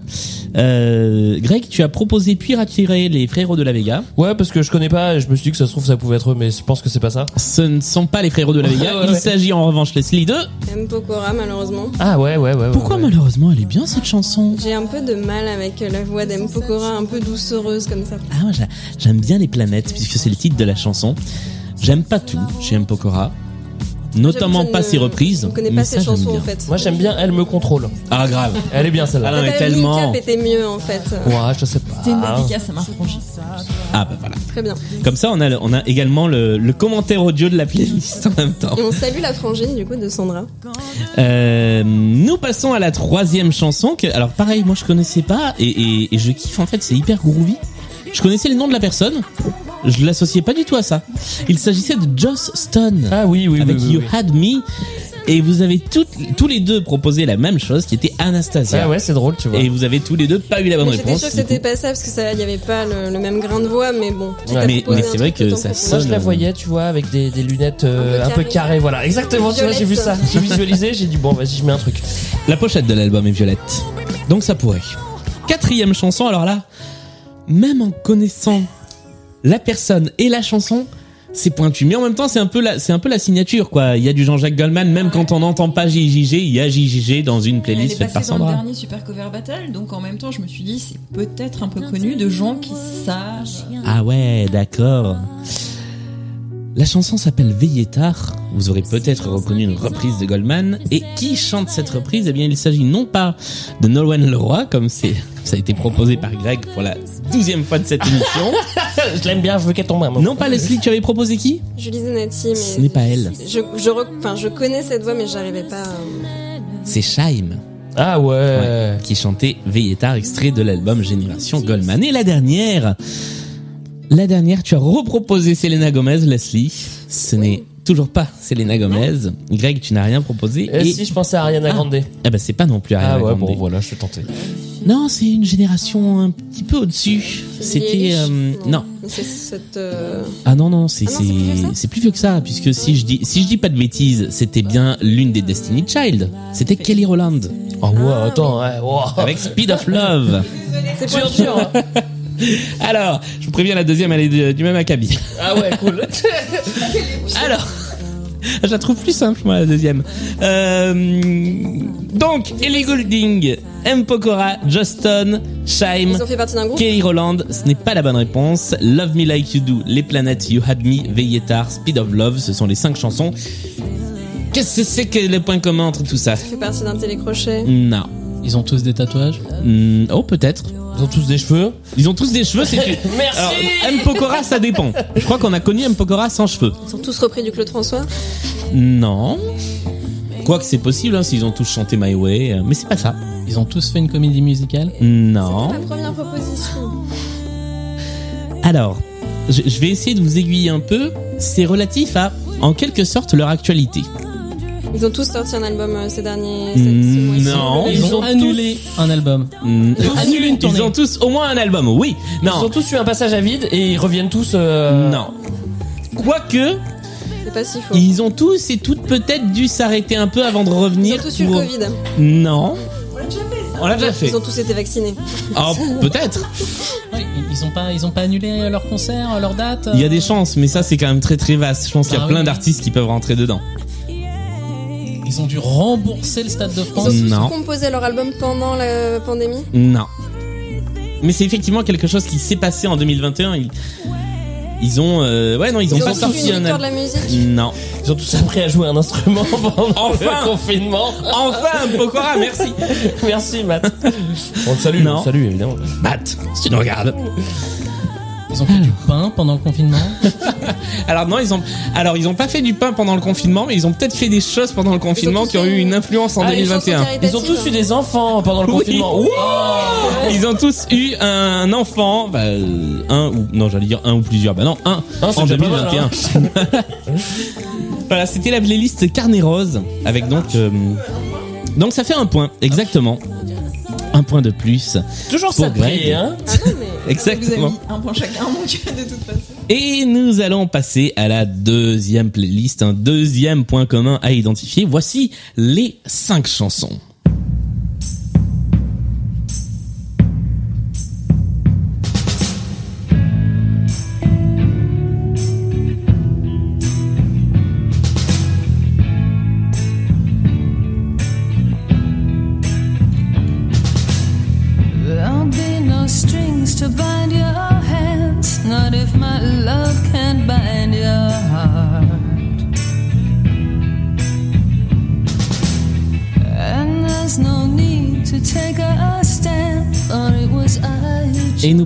[SPEAKER 1] euh, Greg, tu as proposé puis rattiré les frérots de la Vega.
[SPEAKER 2] Ouais, parce que je connais pas, et je me suis dit que ça se trouve ça pouvait être eux, mais je pense que c'est pas ça.
[SPEAKER 1] Ce ne sont pas les frérots de la
[SPEAKER 2] Ouais,
[SPEAKER 1] Vega.
[SPEAKER 2] [LAUGHS] ouais,
[SPEAKER 1] Il
[SPEAKER 2] ouais.
[SPEAKER 1] s'agit en revanche Leslie 2.
[SPEAKER 3] M. Pokora, malheureusement.
[SPEAKER 2] Ah ouais, ouais, ouais. ouais,
[SPEAKER 1] Pourquoi
[SPEAKER 2] ouais.
[SPEAKER 1] malheureusement elle est bien cette chanson
[SPEAKER 3] J'ai un peu de mal avec euh, la voix d'M. Pokora, un peu doucereuse comme ça.
[SPEAKER 1] Ah moi j'a- j'aime bien les planètes puisque c'est le titre de la chanson. J'aime pas tout chez M Pokora, notamment
[SPEAKER 3] J'avoue, je
[SPEAKER 1] pas
[SPEAKER 3] ne-
[SPEAKER 1] ses reprises.
[SPEAKER 3] Je connais
[SPEAKER 1] mais
[SPEAKER 3] pas
[SPEAKER 1] ça,
[SPEAKER 3] cette
[SPEAKER 1] j'aime
[SPEAKER 3] chanson en
[SPEAKER 1] bien.
[SPEAKER 3] fait.
[SPEAKER 2] Moi j'aime bien Elle me contrôle.
[SPEAKER 1] Ah grave.
[SPEAKER 2] Elle est bien celle-là.
[SPEAKER 1] Ah non mais
[SPEAKER 3] Bah,
[SPEAKER 1] tellement.
[SPEAKER 3] Handicap était mieux en fait.
[SPEAKER 2] Ouais, je sais pas.
[SPEAKER 5] C'était une dédicace à Marc Rangis.
[SPEAKER 1] Ah bah voilà.
[SPEAKER 3] Très bien.
[SPEAKER 1] Comme ça on a le- on a également le, le commentaire audio de la playlist en même temps.
[SPEAKER 3] Et on salue la frangine du coup de Sandra.
[SPEAKER 1] Ah, Euh, nous passons à la troisième chanson que, alors pareil, moi je connaissais pas et, et- et je kiffe en fait, c'est hyper groovy. Je connaissais le nom de la personne, je l'associais pas du tout à ça. Il s'agissait de Joss Stone
[SPEAKER 2] Ah oui, oui, oui,
[SPEAKER 1] avec
[SPEAKER 2] oui,
[SPEAKER 1] You
[SPEAKER 2] oui.
[SPEAKER 1] Had Me Et vous avez toutes- tous les deux proposé la même chose, qui était Anastasia.
[SPEAKER 2] Ah ouais, c'est drôle, tu vois.
[SPEAKER 1] Et vous avez tous les deux pas eu la bonne
[SPEAKER 3] Mais J'étais
[SPEAKER 1] réponse.
[SPEAKER 3] sûre que
[SPEAKER 1] du
[SPEAKER 3] c'était
[SPEAKER 1] coup.
[SPEAKER 3] pas ça parce que ça, il y avait pas le, le même grain de voix, mais bon. quitte à
[SPEAKER 1] Ouais, mais-
[SPEAKER 3] proposer
[SPEAKER 1] mais
[SPEAKER 3] un
[SPEAKER 1] c'est vrai
[SPEAKER 3] truc
[SPEAKER 1] que
[SPEAKER 3] autant
[SPEAKER 1] ça
[SPEAKER 3] proposer.
[SPEAKER 2] Moi, je
[SPEAKER 1] sonne.
[SPEAKER 2] la voyais, tu vois, avec des, des lunettes euh, un peu carrées. voilà, exactement. Tu vois, j'ai vu ça.
[SPEAKER 1] Violette.
[SPEAKER 2] J'ai visualisé, j'ai dit, bon, vas-y, je mets un truc. [LAUGHS]
[SPEAKER 1] La pochette de l'album est violette. Donc ça pourrait. Quatrième chanson, alors là, même en connaissant la personne et la chanson, c'est pointu. Mais en même temps, c'est un peu la, c'est un peu la signature, quoi. Il y a du Jean-Jacques Goldman, même quand on n'entend pas JJG, il y a JJG dans une
[SPEAKER 5] Elle
[SPEAKER 1] playlist
[SPEAKER 5] est
[SPEAKER 1] faite par
[SPEAKER 5] passée dans le
[SPEAKER 1] Sandra.
[SPEAKER 5] dernier Super Cover Battle, donc en même temps, je me suis dit, c'est peut-être un peu connu de gens qui savent.
[SPEAKER 1] Ah ouais, d'accord. La chanson s'appelle Veillez tard. Vous aurez peut-être reconnu une reprise de Goldman. Et qui chante cette reprise Eh bien, il s'agit non pas de Nolwenn Leroy, comme c'est comme ça a été proposé par Greg pour la douzième fois de cette émission.
[SPEAKER 2] je l'aime bien, je veux qu'elle tombe.
[SPEAKER 1] Non pas Leslie, tu avais proposé qui
[SPEAKER 3] Julie Zenati, mais.
[SPEAKER 1] Ce n'est pas elle.
[SPEAKER 3] Je, je, rec- enfin, je connais cette voix, mais j'arrivais pas. euh, à-
[SPEAKER 1] C'est Shaim.
[SPEAKER 2] Ah ouais.
[SPEAKER 1] Qui chantait Veillez tard, extrait de l'album Génération Goldman. Et la dernière, la dernière, tu as reproposé Selena Gomez, Leslie. Ce n'est toujours pas Selena Gomez. Greg, tu n'as rien proposé.
[SPEAKER 2] Et, Eh, si je pensais à Ariana Grande
[SPEAKER 1] Eh ben c'est pas non plus Ariana
[SPEAKER 2] Ah ouais,
[SPEAKER 1] Grande.
[SPEAKER 2] bon, voilà, je suis tenté.
[SPEAKER 1] Non, c'est une génération un petit peu au-dessus. C'était
[SPEAKER 3] Eilish
[SPEAKER 1] euh, non.
[SPEAKER 3] Mais C'est cette. euh,
[SPEAKER 1] Ah non non, c'est
[SPEAKER 3] Ah non,
[SPEAKER 1] c'est- c'est plus vieux que ça puisque si je dis si je dis pas de bêtises, c'était bien l'une des Destiny Child. C'était Kelly Rowland.
[SPEAKER 2] Oh wow, attends,
[SPEAKER 1] avec Speed of Love.
[SPEAKER 3] C'est pas dur. hein.
[SPEAKER 1] Alors, je vous préviens la deuxième elle est de- du même acabit.
[SPEAKER 2] Ah ouais,
[SPEAKER 1] [LAUGHS]
[SPEAKER 2] cool.
[SPEAKER 1] Alors, je la trouve plus simple, moi, la deuxième. Euh, donc, Ellie Goulding, M. Pokora, Justin, Shaim,
[SPEAKER 3] Ils ont fait partie d'un groupe
[SPEAKER 1] Kelly Roland, ce n'est pas la bonne réponse. Love Me Like You Do, Les Planètes, You Had Me, Veillez Tard, Speed of Love, ce sont les cinq chansons. Qu'est-ce que c'est que le point commun entre tout ça
[SPEAKER 3] Ça fait partie d'un télécrochet.
[SPEAKER 1] Non.
[SPEAKER 11] Ils ont tous des tatouages
[SPEAKER 1] Hmm, Oh, peut-être.
[SPEAKER 2] Ils ont tous des cheveux
[SPEAKER 1] Ils ont tous des cheveux, c'est
[SPEAKER 11] [LAUGHS]
[SPEAKER 1] une-
[SPEAKER 2] Merci.
[SPEAKER 1] Alors, M. Pokora, ça dépend. Je crois qu'on a connu M. Pokora sans cheveux.
[SPEAKER 3] Ils sont tous repris du Claude François.
[SPEAKER 1] Non. Quoique c'est possible, hein, s'ils ont tous chanté My Way, euh, mais c'est pas ça.
[SPEAKER 11] Ils ont tous fait une comédie musicale
[SPEAKER 1] Non.
[SPEAKER 3] Ma première proposition.
[SPEAKER 1] Alors, je, je vais essayer de vous aiguiller un peu. C'est relatif à, en quelque sorte, leur actualité.
[SPEAKER 3] Ils ont tous sorti un album euh, ces derniers.
[SPEAKER 1] Hmm, Non.
[SPEAKER 11] Ils ont annulé un album.
[SPEAKER 1] Mm.
[SPEAKER 11] Ils ont annulé une tournée.
[SPEAKER 1] Ils ont tous au moins un album, oui. Non.
[SPEAKER 2] Ils ont tous eu un passage à vide et ils reviennent tous. euh,
[SPEAKER 1] Non. Quoique,
[SPEAKER 3] C'est pas si faux.
[SPEAKER 1] ils ont tous et toutes peut-être dû s'arrêter un peu avant de revenir.
[SPEAKER 3] Ils ont tous eu le
[SPEAKER 1] pour-
[SPEAKER 3] Covid.
[SPEAKER 1] Non. On l'a déjà fait.
[SPEAKER 3] Ils ont tous été vaccinés.
[SPEAKER 1] Oh, peut-être.
[SPEAKER 11] Ouais, Ils n'ont pas, ils ont pas annulé leur concert, leur date.
[SPEAKER 1] Il y a des chances, mais ça c'est quand même très très vaste. Je pense qu'il y a
[SPEAKER 11] Bah
[SPEAKER 1] plein
[SPEAKER 11] oui.
[SPEAKER 1] d'artistes qui peuvent rentrer dedans.
[SPEAKER 11] Ils ont dû rembourser le Stade de
[SPEAKER 3] Ils ont
[SPEAKER 11] France.
[SPEAKER 3] tous
[SPEAKER 1] Non.
[SPEAKER 3] composé leur album pendant la pandémie.
[SPEAKER 1] Non. Mais c'est effectivement quelque chose qui s'est passé en 2021. Ils, ils ont, euh, ouais non, ils ont,
[SPEAKER 3] Ils ont
[SPEAKER 1] pas
[SPEAKER 3] tous
[SPEAKER 1] sorti
[SPEAKER 3] eu une
[SPEAKER 1] un
[SPEAKER 3] victoire de la
[SPEAKER 1] album.
[SPEAKER 3] musique.
[SPEAKER 1] Non.
[SPEAKER 2] Ils ont tous appris à jouer un instrument [LAUGHS] pendant
[SPEAKER 1] Enfin
[SPEAKER 2] le confinement.
[SPEAKER 1] Enfin, un Pokora, merci.
[SPEAKER 2] Merci, Matt.
[SPEAKER 1] On le salue, non.
[SPEAKER 2] Salut, évidemment.
[SPEAKER 1] Matt, si tu nous regardes.
[SPEAKER 11] Ils ont fait du pain pendant le confinement.
[SPEAKER 1] Alors non, ils ont, alors ils ont pas fait du pain pendant le confinement, mais ils ont peut-être fait des choses pendant le confinement
[SPEAKER 3] tous
[SPEAKER 1] qui ont
[SPEAKER 3] fait
[SPEAKER 1] eu une influence en
[SPEAKER 2] Ah, les chansons
[SPEAKER 1] 2021.
[SPEAKER 2] Ils ont tous eu des enfants pendant le
[SPEAKER 1] Oui.
[SPEAKER 2] confinement. Oh
[SPEAKER 1] [LAUGHS]
[SPEAKER 2] Wow.
[SPEAKER 1] Ils ont tous eu un enfant, bah, euh, un ou non, j'allais dire un ou plusieurs, bah non, un
[SPEAKER 2] Ah, c'est
[SPEAKER 1] en
[SPEAKER 2] déjà pas mal, hein.
[SPEAKER 1] 2021. [LAUGHS] voilà, c'était la playlist Carnet Rose avec donc euh, donc ça fait un point exactement, un point de plus.
[SPEAKER 2] Toujours
[SPEAKER 1] Pour
[SPEAKER 2] ça de
[SPEAKER 1] Greg.
[SPEAKER 2] prix, hein.
[SPEAKER 5] Ah non, mais.
[SPEAKER 1] Exactement.
[SPEAKER 5] Vous avez mis un point chacun, mon dieu, de toute façon.
[SPEAKER 1] Et nous allons passer à la deuxième playlist, un deuxième point commun à identifier. Voici les cinq chansons.
[SPEAKER 12] There'll be no strings to bind your hands, not if my love can bind your heart. And there's no need to take a stand, for it was I who
[SPEAKER 1] Et nous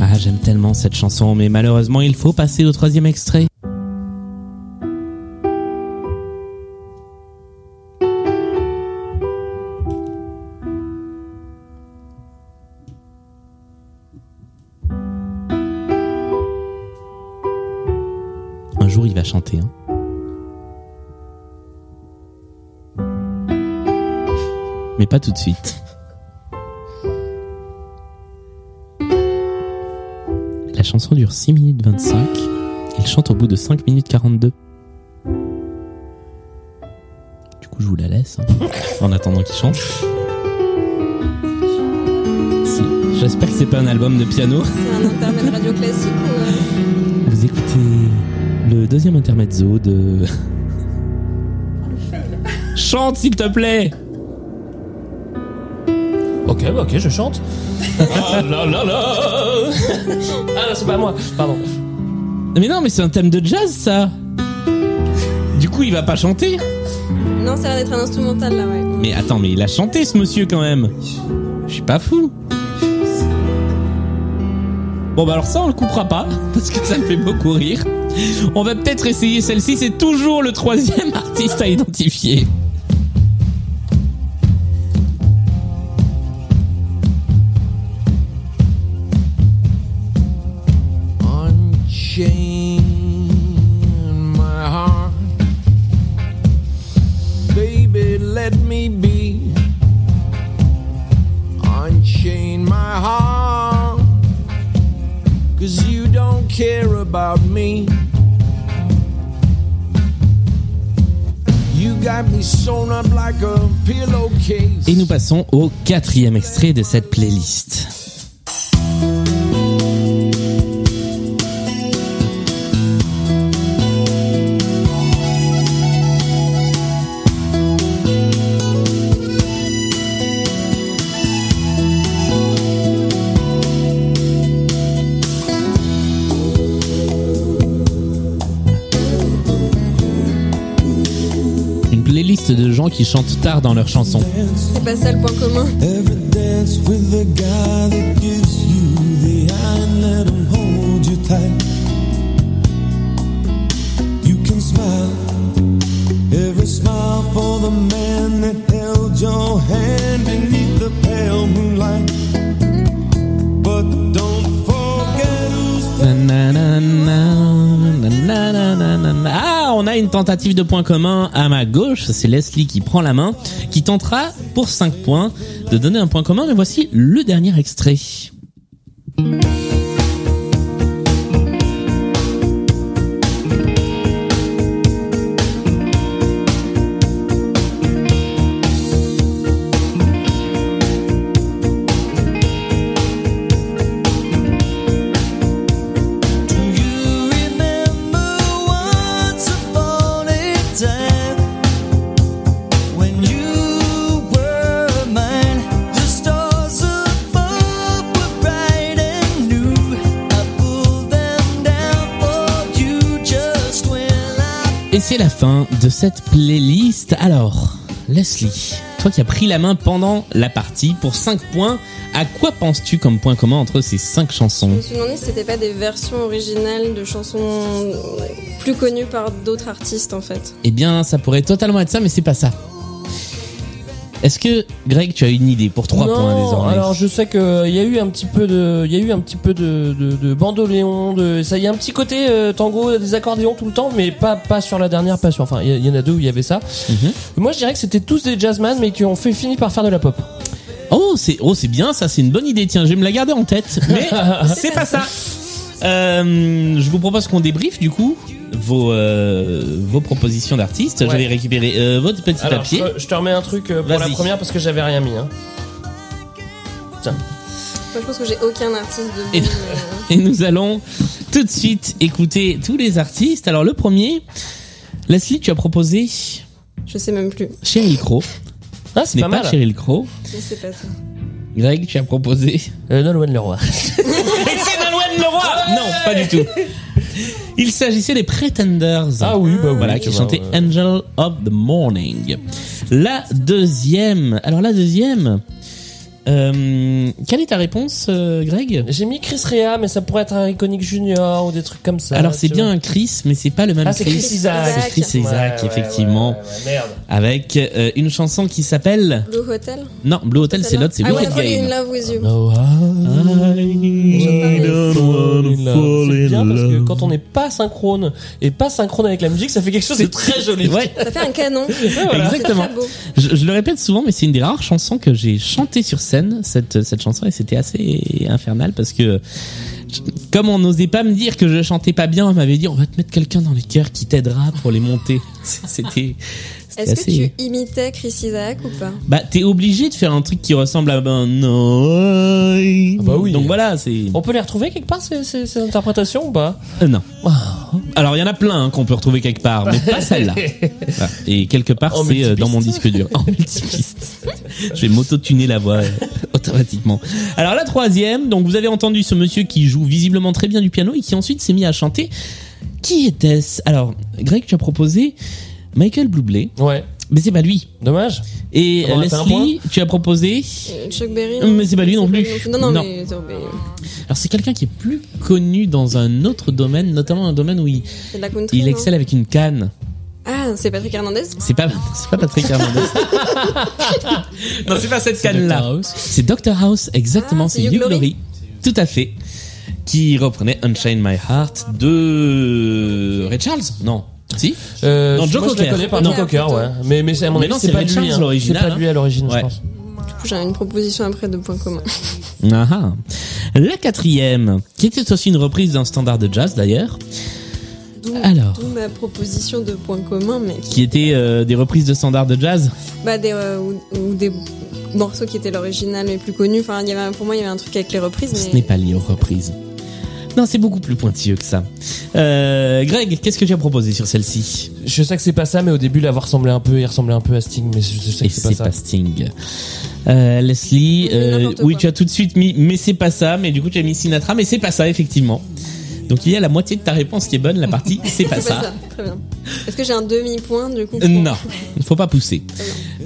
[SPEAKER 1] Ah, j'aime tellement cette chanson, mais malheureusement, il faut passer au troisième extrait. Un jour, il va chanter. hein. Mais pas tout de suite. La chanson dure 6 minutes 25. Il chante au bout de 5 minutes 42. Du coup, je vous la laisse hein, [LAUGHS] en attendant qu'il chante. Si. J'espère que c'est pas un album de piano.
[SPEAKER 3] C'est un intermède radio classique ou.
[SPEAKER 1] Vous écoutez le deuxième intermezzo de. Chante s'il te plaît
[SPEAKER 2] Ok, bah ok, je chante. ah là là là Ah là, c'est pas moi, pardon.
[SPEAKER 1] Mais non, mais c'est un thème de jazz ça Du coup, il va pas chanter
[SPEAKER 3] euh, Non, ça a l'air d'être un instrumental là, ouais.
[SPEAKER 1] Mais attends, mais il a chanté ce monsieur quand même Je suis pas fou Bon bah alors ça on le coupera pas [LAUGHS] parce que ça me fait beaucoup rire. On va peut-être essayer celle-ci, c'est toujours le troisième [LAUGHS] artiste à identifier.
[SPEAKER 9] Unchain my heart. Baby, let me be. Unchain my heart. Cause you don't care about me. You got me sewn up like a pillowcase.
[SPEAKER 1] Et nous passons au quatrième extrait de cette playlist. Une playlist de gens qui chantent tard dans leurs chansons.
[SPEAKER 3] C'est pas ça le point commun.
[SPEAKER 4] Every dance with the guy that gives you the eye and let him hold you tight. You can smile, every smile for the man that held your hand beneath the pale moonlight. But don't forget who's
[SPEAKER 1] Nananananananananana. Ah, on a une tentative de point commun à ma gauche. C'est Leslie qui prend la main, qui tentera pour 5 points de donner un point commun. Mais voici le dernier extrait. Et c'est la fin de cette playlist. Alors, Leslie, toi qui as pris la main pendant la partie pour 5 points, à quoi penses-tu comme point commun entre ces 5
[SPEAKER 3] Je
[SPEAKER 1] chansons
[SPEAKER 3] me suis demandé si c'était pas des versions originales de chansons euh, plus connues par d'autres artistes en fait.
[SPEAKER 1] Eh bien, ça pourrait totalement être ça, mais c'est pas ça. Est-ce que, Greg, tu as une idée pour 3
[SPEAKER 2] non,
[SPEAKER 1] points désormais
[SPEAKER 2] Alors je sais que il y a eu un petit peu de, il y a eu un petit peu de, de, de bandoléon, de ça, il y a un petit côté euh, tango, des accordéons tout le temps, mais pas pas sur la dernière, pas sur. Enfin, il y a- il y, en a deux où il y avait ça.
[SPEAKER 1] Mhm.
[SPEAKER 2] Moi, je dirais que c'était tous des jazzman, mais qui ont fait fini par faire de la pop.
[SPEAKER 1] Oh, c'est oh, c'est bien, ça, c'est une bonne idée. Tiens, je vais me la garder en [LAUGHS] tête,
[SPEAKER 2] [LAUGHS]
[SPEAKER 1] mais Eh c'est pas ça. Euh, je vous propose qu'on débriefe du coup vos euh, vos propositions d'artistes.
[SPEAKER 2] Ouais.
[SPEAKER 1] J'avais récupéré euh, votre petit
[SPEAKER 2] Alors,
[SPEAKER 1] papier.
[SPEAKER 2] Je, te- je te remets un truc euh, pour la
[SPEAKER 1] Vas-y.
[SPEAKER 2] première parce que j'avais rien mis. hein. Tiens.
[SPEAKER 3] Moi je pense que j'ai aucun artiste de euh,
[SPEAKER 1] Et,
[SPEAKER 3] vie.
[SPEAKER 1] et nous allons tout de suite écouter tous les artistes. Alors le premier, Leslie, tu as proposé
[SPEAKER 3] Je sais même plus.
[SPEAKER 1] Cheryl Crow.
[SPEAKER 2] Ah,
[SPEAKER 1] Ce n'est pas, Cheryl Crow.
[SPEAKER 3] Je sais pas ça.
[SPEAKER 1] Greg, tu as proposé
[SPEAKER 2] Euh, Nolwenn Leroy.
[SPEAKER 1] Et c'est Nolwenn Leroy Non, pas du tout. Il s'agissait des Pretenders.
[SPEAKER 2] Ah oui, bah oui.
[SPEAKER 1] Voilà, qui
[SPEAKER 2] bah,
[SPEAKER 1] chantait
[SPEAKER 2] ouais.
[SPEAKER 1] Angel of the Morning. La deuxième. Alors la deuxième. Euh, quelle est ta réponse, euh, Greg
[SPEAKER 2] J'ai mis Chris Rea, mais ça pourrait être un iconique junior ou des trucs comme ça.
[SPEAKER 1] Alors c'est
[SPEAKER 2] tu
[SPEAKER 1] bien
[SPEAKER 2] vois.
[SPEAKER 1] un Chris, mais c'est pas le même
[SPEAKER 2] Ah, c'est Chris Isaac.
[SPEAKER 1] C'est Chris Isaac,
[SPEAKER 2] Ouais, ouais,
[SPEAKER 1] effectivement.
[SPEAKER 2] Merde.
[SPEAKER 1] Avec euh, une chanson qui s'appelle...
[SPEAKER 3] Blue Hotel
[SPEAKER 1] Non, Blue Hotel, c'est l'autre, c'est
[SPEAKER 3] I
[SPEAKER 2] Ah
[SPEAKER 1] Wicked
[SPEAKER 3] Wanna Fall in
[SPEAKER 1] Game.
[SPEAKER 3] Love With You.
[SPEAKER 2] C'est bien parce que quand on n'est pas synchrone et pas synchrone avec la musique, ça fait quelque chose de très joli.
[SPEAKER 1] Ouais.
[SPEAKER 3] Ça fait
[SPEAKER 1] [LAUGHS]
[SPEAKER 3] un canon.
[SPEAKER 1] voilà.
[SPEAKER 3] C'est
[SPEAKER 1] Ah. Exactement.
[SPEAKER 3] très beau.
[SPEAKER 1] Je, je le répète souvent, mais c'est une des rares chansons que j'ai chantée sur scène, cette, cette chanson, et c'était assez infernal parce que, je- comme on n'osait pas me dire que je chantais pas bien, on m'avait dit on va te mettre quelqu'un dans les chœurs qui t'aidera pour les monter. [LAUGHS] C'était. c'était
[SPEAKER 3] Est-ce
[SPEAKER 1] assez...
[SPEAKER 3] que tu imitais Chris Isaac ou pas
[SPEAKER 1] Bah, t'es obligé de faire un truc qui ressemble à un. No. bah oui. Donc voilà, c'est.
[SPEAKER 2] On peut les retrouver quelque part ces, ces- ces interprétations ou pas
[SPEAKER 1] Euh, non. Alors, il y en a plein hein, qu'on peut retrouver quelque part, mais pas
[SPEAKER 2] [LAUGHS]
[SPEAKER 1] celle-là. Voilà. Et quelque part,
[SPEAKER 2] En
[SPEAKER 1] c'est euh, dans mon disque dur. En multipiste. Je vais m'auto-tuner la voix euh, automatiquement. Alors, la troisième, donc vous avez entendu ce monsieur qui joue visiblement très bien du piano et qui ensuite s'est mis à chanter. Qui était-ce Alors, Greg, tu as proposé Michael Boublé.
[SPEAKER 2] Ouais.
[SPEAKER 1] Mais c'est pas lui.
[SPEAKER 2] Dommage.
[SPEAKER 1] Et
[SPEAKER 2] On
[SPEAKER 1] euh,
[SPEAKER 2] aurait fait un
[SPEAKER 1] Leslie, tu as proposé.
[SPEAKER 3] Euh, Chuck Berry
[SPEAKER 1] Mais c'est pas lui non plus.
[SPEAKER 3] Non, non,
[SPEAKER 1] Non.
[SPEAKER 3] mais. attends, mais- euh,
[SPEAKER 1] Alors, c'est quelqu'un qui est plus connu dans un autre domaine, notamment un domaine où il,
[SPEAKER 3] C'est de la country.
[SPEAKER 1] il
[SPEAKER 3] non
[SPEAKER 1] excelle avec une canne.
[SPEAKER 3] Ah, c'est Patrick Hernandez
[SPEAKER 1] C'est pas, c'est pas Patrick Hernandez. non, c'est pas cette canne-là. C'est Doctor House, exactement.
[SPEAKER 3] Ah,
[SPEAKER 1] c'est Hugh Laurie. Tout à fait. Qui reprenait Unchain My Heart de Ray Charles Non. Si
[SPEAKER 2] Euh,
[SPEAKER 1] Non, Joe
[SPEAKER 2] moi, je
[SPEAKER 1] Cocker.
[SPEAKER 2] la connais par
[SPEAKER 1] Non.
[SPEAKER 2] Joe Cocker, ouais. Mais, mais c'est à mon
[SPEAKER 1] Mais
[SPEAKER 2] avis,
[SPEAKER 1] non,
[SPEAKER 2] c'est
[SPEAKER 1] c'est
[SPEAKER 2] pas
[SPEAKER 1] Ray
[SPEAKER 2] lui.
[SPEAKER 1] Charles,
[SPEAKER 2] hein. C'est
[SPEAKER 1] l'original,
[SPEAKER 2] pas lui à l'origine, je
[SPEAKER 1] Ouais.
[SPEAKER 2] pense.
[SPEAKER 3] Du coup, j'avais une proposition après de points communs.
[SPEAKER 1] Ah ah. La quatrième, qui était aussi une reprise d'un standard de jazz d'ailleurs,
[SPEAKER 3] D'où
[SPEAKER 1] [LAUGHS] Alors.
[SPEAKER 3] d'où ma proposition de points communs, mais.
[SPEAKER 1] qui était euh, des reprises de standards de jazz.
[SPEAKER 3] Bah, des, euh, ou, ou des morceaux qui étaient l'original mais plus connus. Enfin, il y avait, un- pour moi, il y avait un truc avec les reprises,
[SPEAKER 1] Ce
[SPEAKER 3] mais.
[SPEAKER 1] n'est pas lié aux reprises. Non, c'est beaucoup plus pointilleux que ça. Euh, Greg, qu'est-ce que tu as proposé sur celle-ci
[SPEAKER 2] Je sais que c'est pas ça, mais au début, l'avoir ressemblé un peu, il ressemblait un peu à Sting, mais je sais
[SPEAKER 1] Et
[SPEAKER 2] que c'est pas
[SPEAKER 1] c'est
[SPEAKER 2] ça.
[SPEAKER 1] pas Sting. Euh, Leslie, euh,
[SPEAKER 2] n'importe
[SPEAKER 1] oui,
[SPEAKER 2] quoi.
[SPEAKER 1] tu as tout de suite mis, mais c'est pas ça, mais du coup tu as mis Sinatra, mais c'est pas ça, effectivement. Donc il y a la moitié de ta réponse qui est bonne, la partie, c'est pas, ça.
[SPEAKER 3] Très bien. Est-ce que j'ai un demi-point, du coup
[SPEAKER 1] Euh,
[SPEAKER 3] pour-
[SPEAKER 1] Non, il faut pas pousser.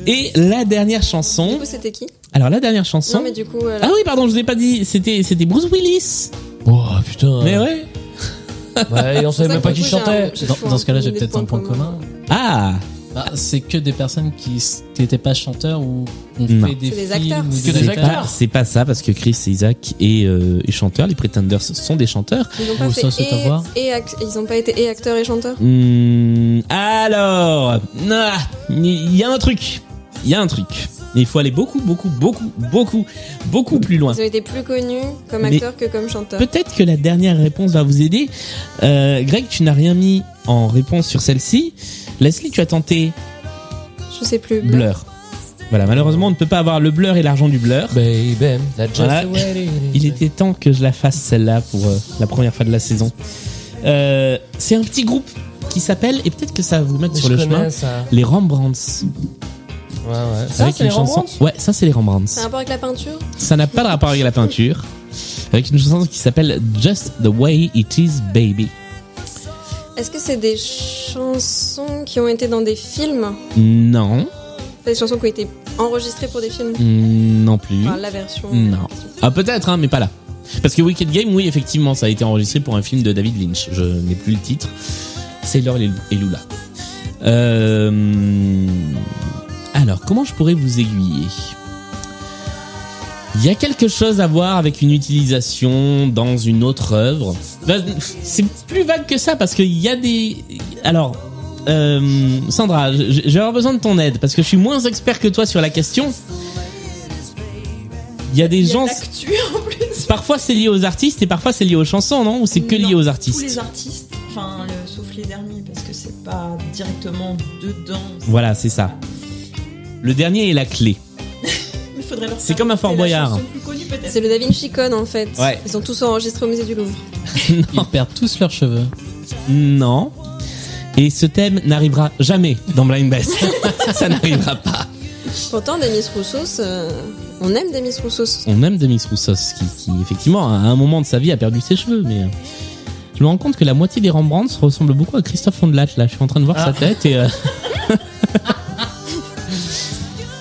[SPEAKER 1] Et la dernière
[SPEAKER 3] Du
[SPEAKER 1] chanson.
[SPEAKER 3] coup, c'était qui
[SPEAKER 1] Alors la dernière chanson.
[SPEAKER 3] Non, mais du coup. euh, la-
[SPEAKER 1] Ah oui, pardon, je vous ai pas dit, c'était c'était Bruce Willis.
[SPEAKER 2] Oh putain.
[SPEAKER 1] Mais ouais.
[SPEAKER 2] Ouais, et on savait même pas qui chantait.
[SPEAKER 11] Dans, dans ce cas-là, j'ai peut-être un point commun.
[SPEAKER 1] Ah
[SPEAKER 11] Bah, c'est que des personnes qui s- qui n'étaient pas chanteurs ou ont
[SPEAKER 1] Non.
[SPEAKER 11] fait des
[SPEAKER 3] C'est des
[SPEAKER 11] films
[SPEAKER 3] acteurs.
[SPEAKER 11] ou
[SPEAKER 3] C'est
[SPEAKER 11] des
[SPEAKER 1] C'est pas- C'est pas ça parce que Chris Isaac est, euh, est chanteur, les Pretenders sont des chanteurs.
[SPEAKER 3] Ils n'ont pas
[SPEAKER 1] Oh, ça,
[SPEAKER 3] fait
[SPEAKER 1] c'est à
[SPEAKER 3] et-
[SPEAKER 1] voir.
[SPEAKER 3] et ac- ils ont pas été et acteurs et chanteurs
[SPEAKER 1] Hmm, alors, ah, il y a un truc. Il y a un truc. Il faut aller beaucoup, beaucoup, beaucoup, beaucoup, beaucoup plus loin.
[SPEAKER 3] Ils ont été plus connus comme
[SPEAKER 1] Mais
[SPEAKER 3] acteurs que comme chanteurs.
[SPEAKER 1] Peut-être que la dernière réponse va vous aider. Euh, Greg, tu n'as rien mis en réponse sur celle-ci. Leslie, tu as tenté
[SPEAKER 3] Je sais plus.
[SPEAKER 1] Blur. Voilà, malheureusement, on ne peut pas avoir le blur et l'argent du blur.
[SPEAKER 2] Bah, Baby, that's just
[SPEAKER 1] Voilà.
[SPEAKER 2] the way it is.
[SPEAKER 1] Il était temps que je la fasse celle-là pour euh, la première fois de la saison. Euh, c'est un petit groupe qui s'appelle, et peut-être que ça va vous mettre
[SPEAKER 2] Mais
[SPEAKER 1] sur
[SPEAKER 2] je
[SPEAKER 1] le
[SPEAKER 2] connais
[SPEAKER 1] chemin,
[SPEAKER 2] ça.
[SPEAKER 1] les Rembrandts.
[SPEAKER 2] Ouais, ouais. Ça,
[SPEAKER 1] Avec
[SPEAKER 2] c'est
[SPEAKER 1] une
[SPEAKER 2] les
[SPEAKER 1] chanson-
[SPEAKER 2] Rembrandts
[SPEAKER 1] Ouais, ça c'est les Rembrandts.
[SPEAKER 3] C'est un rapport avec la peinture
[SPEAKER 1] Ça n'a pas de rapport avec la peinture. Avec une chanson qui s'appelle Just the Way It Is Baby.
[SPEAKER 3] Est-ce que c'est des chansons qui ont été dans des films
[SPEAKER 1] Non,
[SPEAKER 3] Des chansons qui ont été enregistrées pour des films
[SPEAKER 1] Mm, non plus.
[SPEAKER 3] Enfin, la version.
[SPEAKER 1] Non. Ah peut-être, hein, mais pas là. Parce que Wicked Game, oui, effectivement, ça a été enregistré pour un film de David Lynch. Je n'ai plus le titre. Sailor et Lou- et Lula. Euh... Alors, comment je pourrais vous aiguiller Il y a quelque chose à voir avec une utilisation dans une autre œuvre. Ben, C'est plus vague que ça parce qu'il y a des. Alors. euh, Sandra, je- je- je vais avoir besoin de ton aide parce que je suis moins expert que toi sur la question. Il y a des
[SPEAKER 5] Il y a
[SPEAKER 1] gens.
[SPEAKER 5] de l'actu, en plus.
[SPEAKER 1] Parfois c'est lié aux artistes et parfois c'est lié aux chansons, non Ou c'est que lié
[SPEAKER 5] Non,
[SPEAKER 1] aux artistes
[SPEAKER 5] Tous les artistes, enfin, le- sauf les derniers, parce que c'est pas directement dedans.
[SPEAKER 1] Voilà, c'est ça. Le dernier est la clé. [LAUGHS]
[SPEAKER 5] Il faudrait leur
[SPEAKER 1] C'est comme un Fort Boyard.
[SPEAKER 3] C'est le Da Vinci Code en fait.
[SPEAKER 1] Ouais.
[SPEAKER 3] Ils ont tous enregistré au musée du Louvre.
[SPEAKER 1] Ils perdent tous leurs cheveux. Non. Et ce thème n'arrivera jamais dans Blind [LAUGHS] Best. ça n'arrivera pas.
[SPEAKER 3] Pourtant, Demis Roussos, euh, on aime Demis Roussos.
[SPEAKER 1] On aime Demis Roussos qui, qui, effectivement, à un moment de sa vie, a perdu ses cheveux, mais... euh, Je me rends compte que la moitié des Rembrandts ressemble beaucoup à Christophe Ondelat. Là, je suis en train de voir sa
[SPEAKER 2] Ah.
[SPEAKER 1] tête [LAUGHS] et. euh,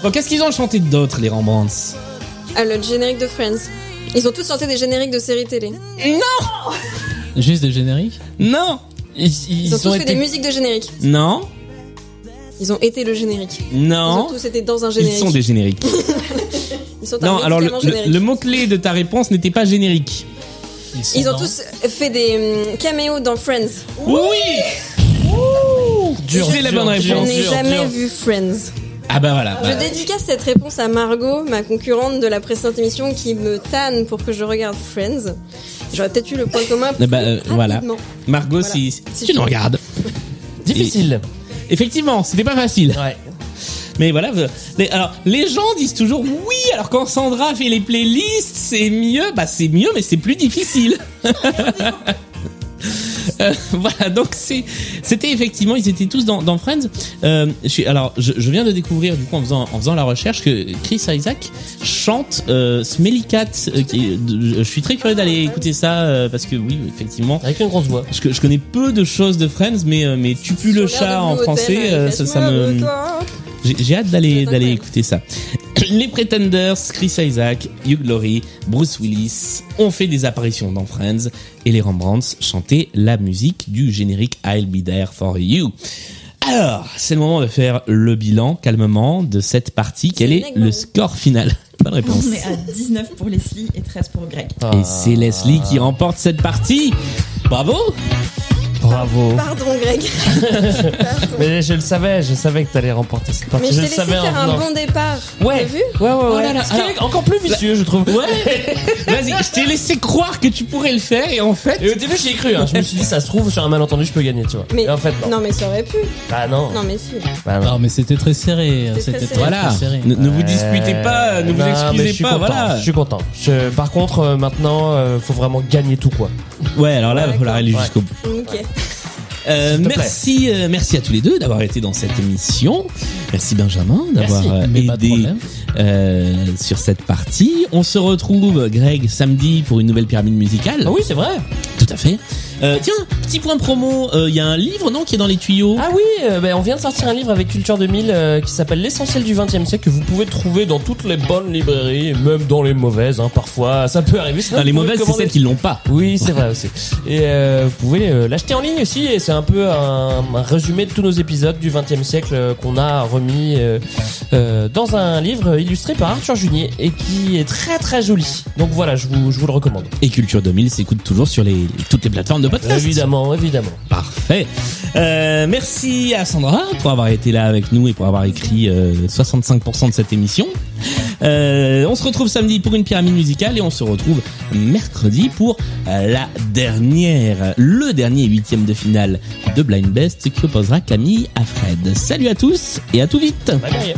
[SPEAKER 1] bon, qu'est-ce qu'ils ont chanté d'autre, les Rembrandts
[SPEAKER 3] Ah, le générique de Friends. Ils ont tous sorti des génériques de séries télé. Non
[SPEAKER 11] Juste des génériques
[SPEAKER 1] Non
[SPEAKER 11] Ils,
[SPEAKER 3] Ils, ont tous fait des musiques de générique.
[SPEAKER 1] Non,
[SPEAKER 3] Ils ont été le générique. Ils
[SPEAKER 1] non.
[SPEAKER 3] ont tous été dans un
[SPEAKER 1] Ils
[SPEAKER 3] générique.
[SPEAKER 1] sont des génériques.
[SPEAKER 3] Ils sont un
[SPEAKER 1] non, alors le,
[SPEAKER 3] médicament
[SPEAKER 1] le-
[SPEAKER 3] générique.
[SPEAKER 1] le mot-clé de ta réponse n'était pas générique.
[SPEAKER 3] Ils ont tous fait des hum, caméos dans Friends.
[SPEAKER 1] Oui
[SPEAKER 3] Je-
[SPEAKER 1] C'est la bonne
[SPEAKER 3] Je
[SPEAKER 1] réponse.
[SPEAKER 3] n'ai jamais vu Friends.
[SPEAKER 1] Ah bah voilà.
[SPEAKER 3] Je
[SPEAKER 1] bah,
[SPEAKER 3] dédicace cette réponse à Margot, ma concurrente de la précédente émission, qui me tanne pour que je regarde Friends. J'aurais peut-être eu le point commun.
[SPEAKER 1] Eh bah, euh, voilà.
[SPEAKER 3] rapidement.
[SPEAKER 1] Margot, si,
[SPEAKER 3] Si
[SPEAKER 1] tu
[SPEAKER 3] je-
[SPEAKER 1] nous regardes.
[SPEAKER 2] Difficile.
[SPEAKER 1] Et- Effectivement, c'était pas facile. Mais voilà. vous- les- alors, les gens disent toujours oui. Alors quand Sandra fait les playlists, c'est mieux. Bah c'est mieux, mais c'est plus difficile. [LAUGHS] Euh, voilà, donc c'est- c'était effectivement, ils étaient tous dans, dans Friends. Euh, je suis, alors, je, je viens de découvrir, du coup, en faisant, en faisant la recherche, que Chris Isaac chante euh, Smelly Cat. euh, qui est- de- je suis très curieux d'aller écouter ça, euh, parce que oui, effectivement.
[SPEAKER 2] Avec une grosse voix.
[SPEAKER 1] Je, je connais peu de choses de Friends, mais, euh, mais tu pues le
[SPEAKER 2] Sur l'air
[SPEAKER 1] chat
[SPEAKER 2] de
[SPEAKER 1] en
[SPEAKER 2] Blue Hotel,
[SPEAKER 1] français,
[SPEAKER 2] euh,
[SPEAKER 1] euh, ça, ça me. J'ai j'ai hâte d'aller d'aller écouter ça. [CLEARS THROAT] Les Pretenders, Chris Isaac, Hugh Laurie, Bruce Willis ont fait des apparitions dans Friends et les Rembrandts chantaient la musique du générique I'll Be There for You. Alors, c'est le moment de faire le bilan calmement de cette partie. Quel est le score final [LAUGHS] Bonne réponse.
[SPEAKER 5] On est à 19 pour Leslie et 13 pour Greg.
[SPEAKER 1] Et c'est Leslie qui remporte cette partie. Bravo
[SPEAKER 2] Bravo.
[SPEAKER 3] Pardon,
[SPEAKER 1] [LAUGHS]
[SPEAKER 3] Greg.
[SPEAKER 2] Mais je le savais, je savais que t'allais remporter cette partie.
[SPEAKER 3] Mais je
[SPEAKER 2] le
[SPEAKER 3] t'ai laissé
[SPEAKER 2] savais
[SPEAKER 3] faire
[SPEAKER 2] en
[SPEAKER 3] un
[SPEAKER 2] venant.
[SPEAKER 3] bon départ.
[SPEAKER 2] Ouais.
[SPEAKER 3] T'as vu
[SPEAKER 2] Ouais, ouais, ouais.
[SPEAKER 3] Oh là là,
[SPEAKER 2] Ce qui est
[SPEAKER 3] alors-
[SPEAKER 2] encore plus vicieux, je trouve.
[SPEAKER 1] Ouais Vas-y, je t'ai laissé croire que tu pourrais le faire et en fait...
[SPEAKER 2] [LAUGHS] Et au début, j'y ai cru. hein. Je me suis dit, ça se trouve, sur un malentendu, je peux gagner, tu vois.
[SPEAKER 3] Mais-
[SPEAKER 2] Et en fait, non.
[SPEAKER 3] Non, mais ça aurait pu.
[SPEAKER 2] Bah non.
[SPEAKER 3] Non, mais si.
[SPEAKER 2] Bah, non.
[SPEAKER 11] Non, mais c'était très serré. C'était très,
[SPEAKER 1] Voilà.
[SPEAKER 11] très serré.
[SPEAKER 1] Ne, ne vous disputez pas, ne vous
[SPEAKER 2] Non, Euh, eh ben, mais je
[SPEAKER 1] excusez
[SPEAKER 2] suis
[SPEAKER 1] pas,
[SPEAKER 2] content,
[SPEAKER 1] voilà.
[SPEAKER 2] Je suis content. Je- par contre, euh, maintenant, euh, faut vraiment gagner tout, quoi.
[SPEAKER 1] Ouais, alors là, il faut la régler jusqu'au bout.
[SPEAKER 3] Ok.
[SPEAKER 1] Euh,
[SPEAKER 2] S'il te plaît.
[SPEAKER 1] merci, euh, merci à tous les deux d'avoir été dans cette émission. Merci Benjamin d'avoir
[SPEAKER 11] Merci,
[SPEAKER 1] euh,
[SPEAKER 11] mais pas de
[SPEAKER 1] aidé
[SPEAKER 11] problème.
[SPEAKER 1] euh, sur cette partie. On se retrouve, Greg, samedi pour une nouvelle pyramide musicale.
[SPEAKER 2] Ah oui, c'est vrai.
[SPEAKER 1] Tout à fait. Euh, tiens, petit point promo. euh, Il y a un livre, non, qui est dans les tuyaux.
[SPEAKER 2] Ah oui, euh, ben, on vient de sortir un livre avec Culture 2000 euh, qui s'appelle L'essentiel du 20 e siècle que vous pouvez trouver dans toutes les bonnes librairies, et même dans les mauvaises, hein, parfois. Ça peut arriver. sinon
[SPEAKER 1] Dans les
[SPEAKER 2] vous pouvez
[SPEAKER 1] mauvaises,
[SPEAKER 2] le
[SPEAKER 1] c'est
[SPEAKER 2] commander.
[SPEAKER 1] celles qui l'ont pas.
[SPEAKER 2] Oui, c'est vrai aussi. Et euh, vous pouvez euh, l'acheter en ligne aussi. Et c'est un peu un, un résumé de tous nos épisodes du XXe siècle euh, qu'on a remis euh, euh, dans un livre illustré par Arthur Junier et qui est très très joli. Donc voilà, je vous, je vous le recommande.
[SPEAKER 1] Et Culture 2000 s'écoute toujours sur les, toutes les plateformes de podcast.
[SPEAKER 2] Évidemment, évidemment.
[SPEAKER 1] Parfait. Euh, merci à Sandra pour avoir été là avec nous et pour avoir écrit euh, 65% de cette émission. Euh, on se retrouve samedi pour une pyramide musicale et on se retrouve mercredi pour euh, la dernière, le dernier huitième de finale de Blind Best que posera Camille à Fred. Salut à tous et à tout vite.
[SPEAKER 2] Bye bye.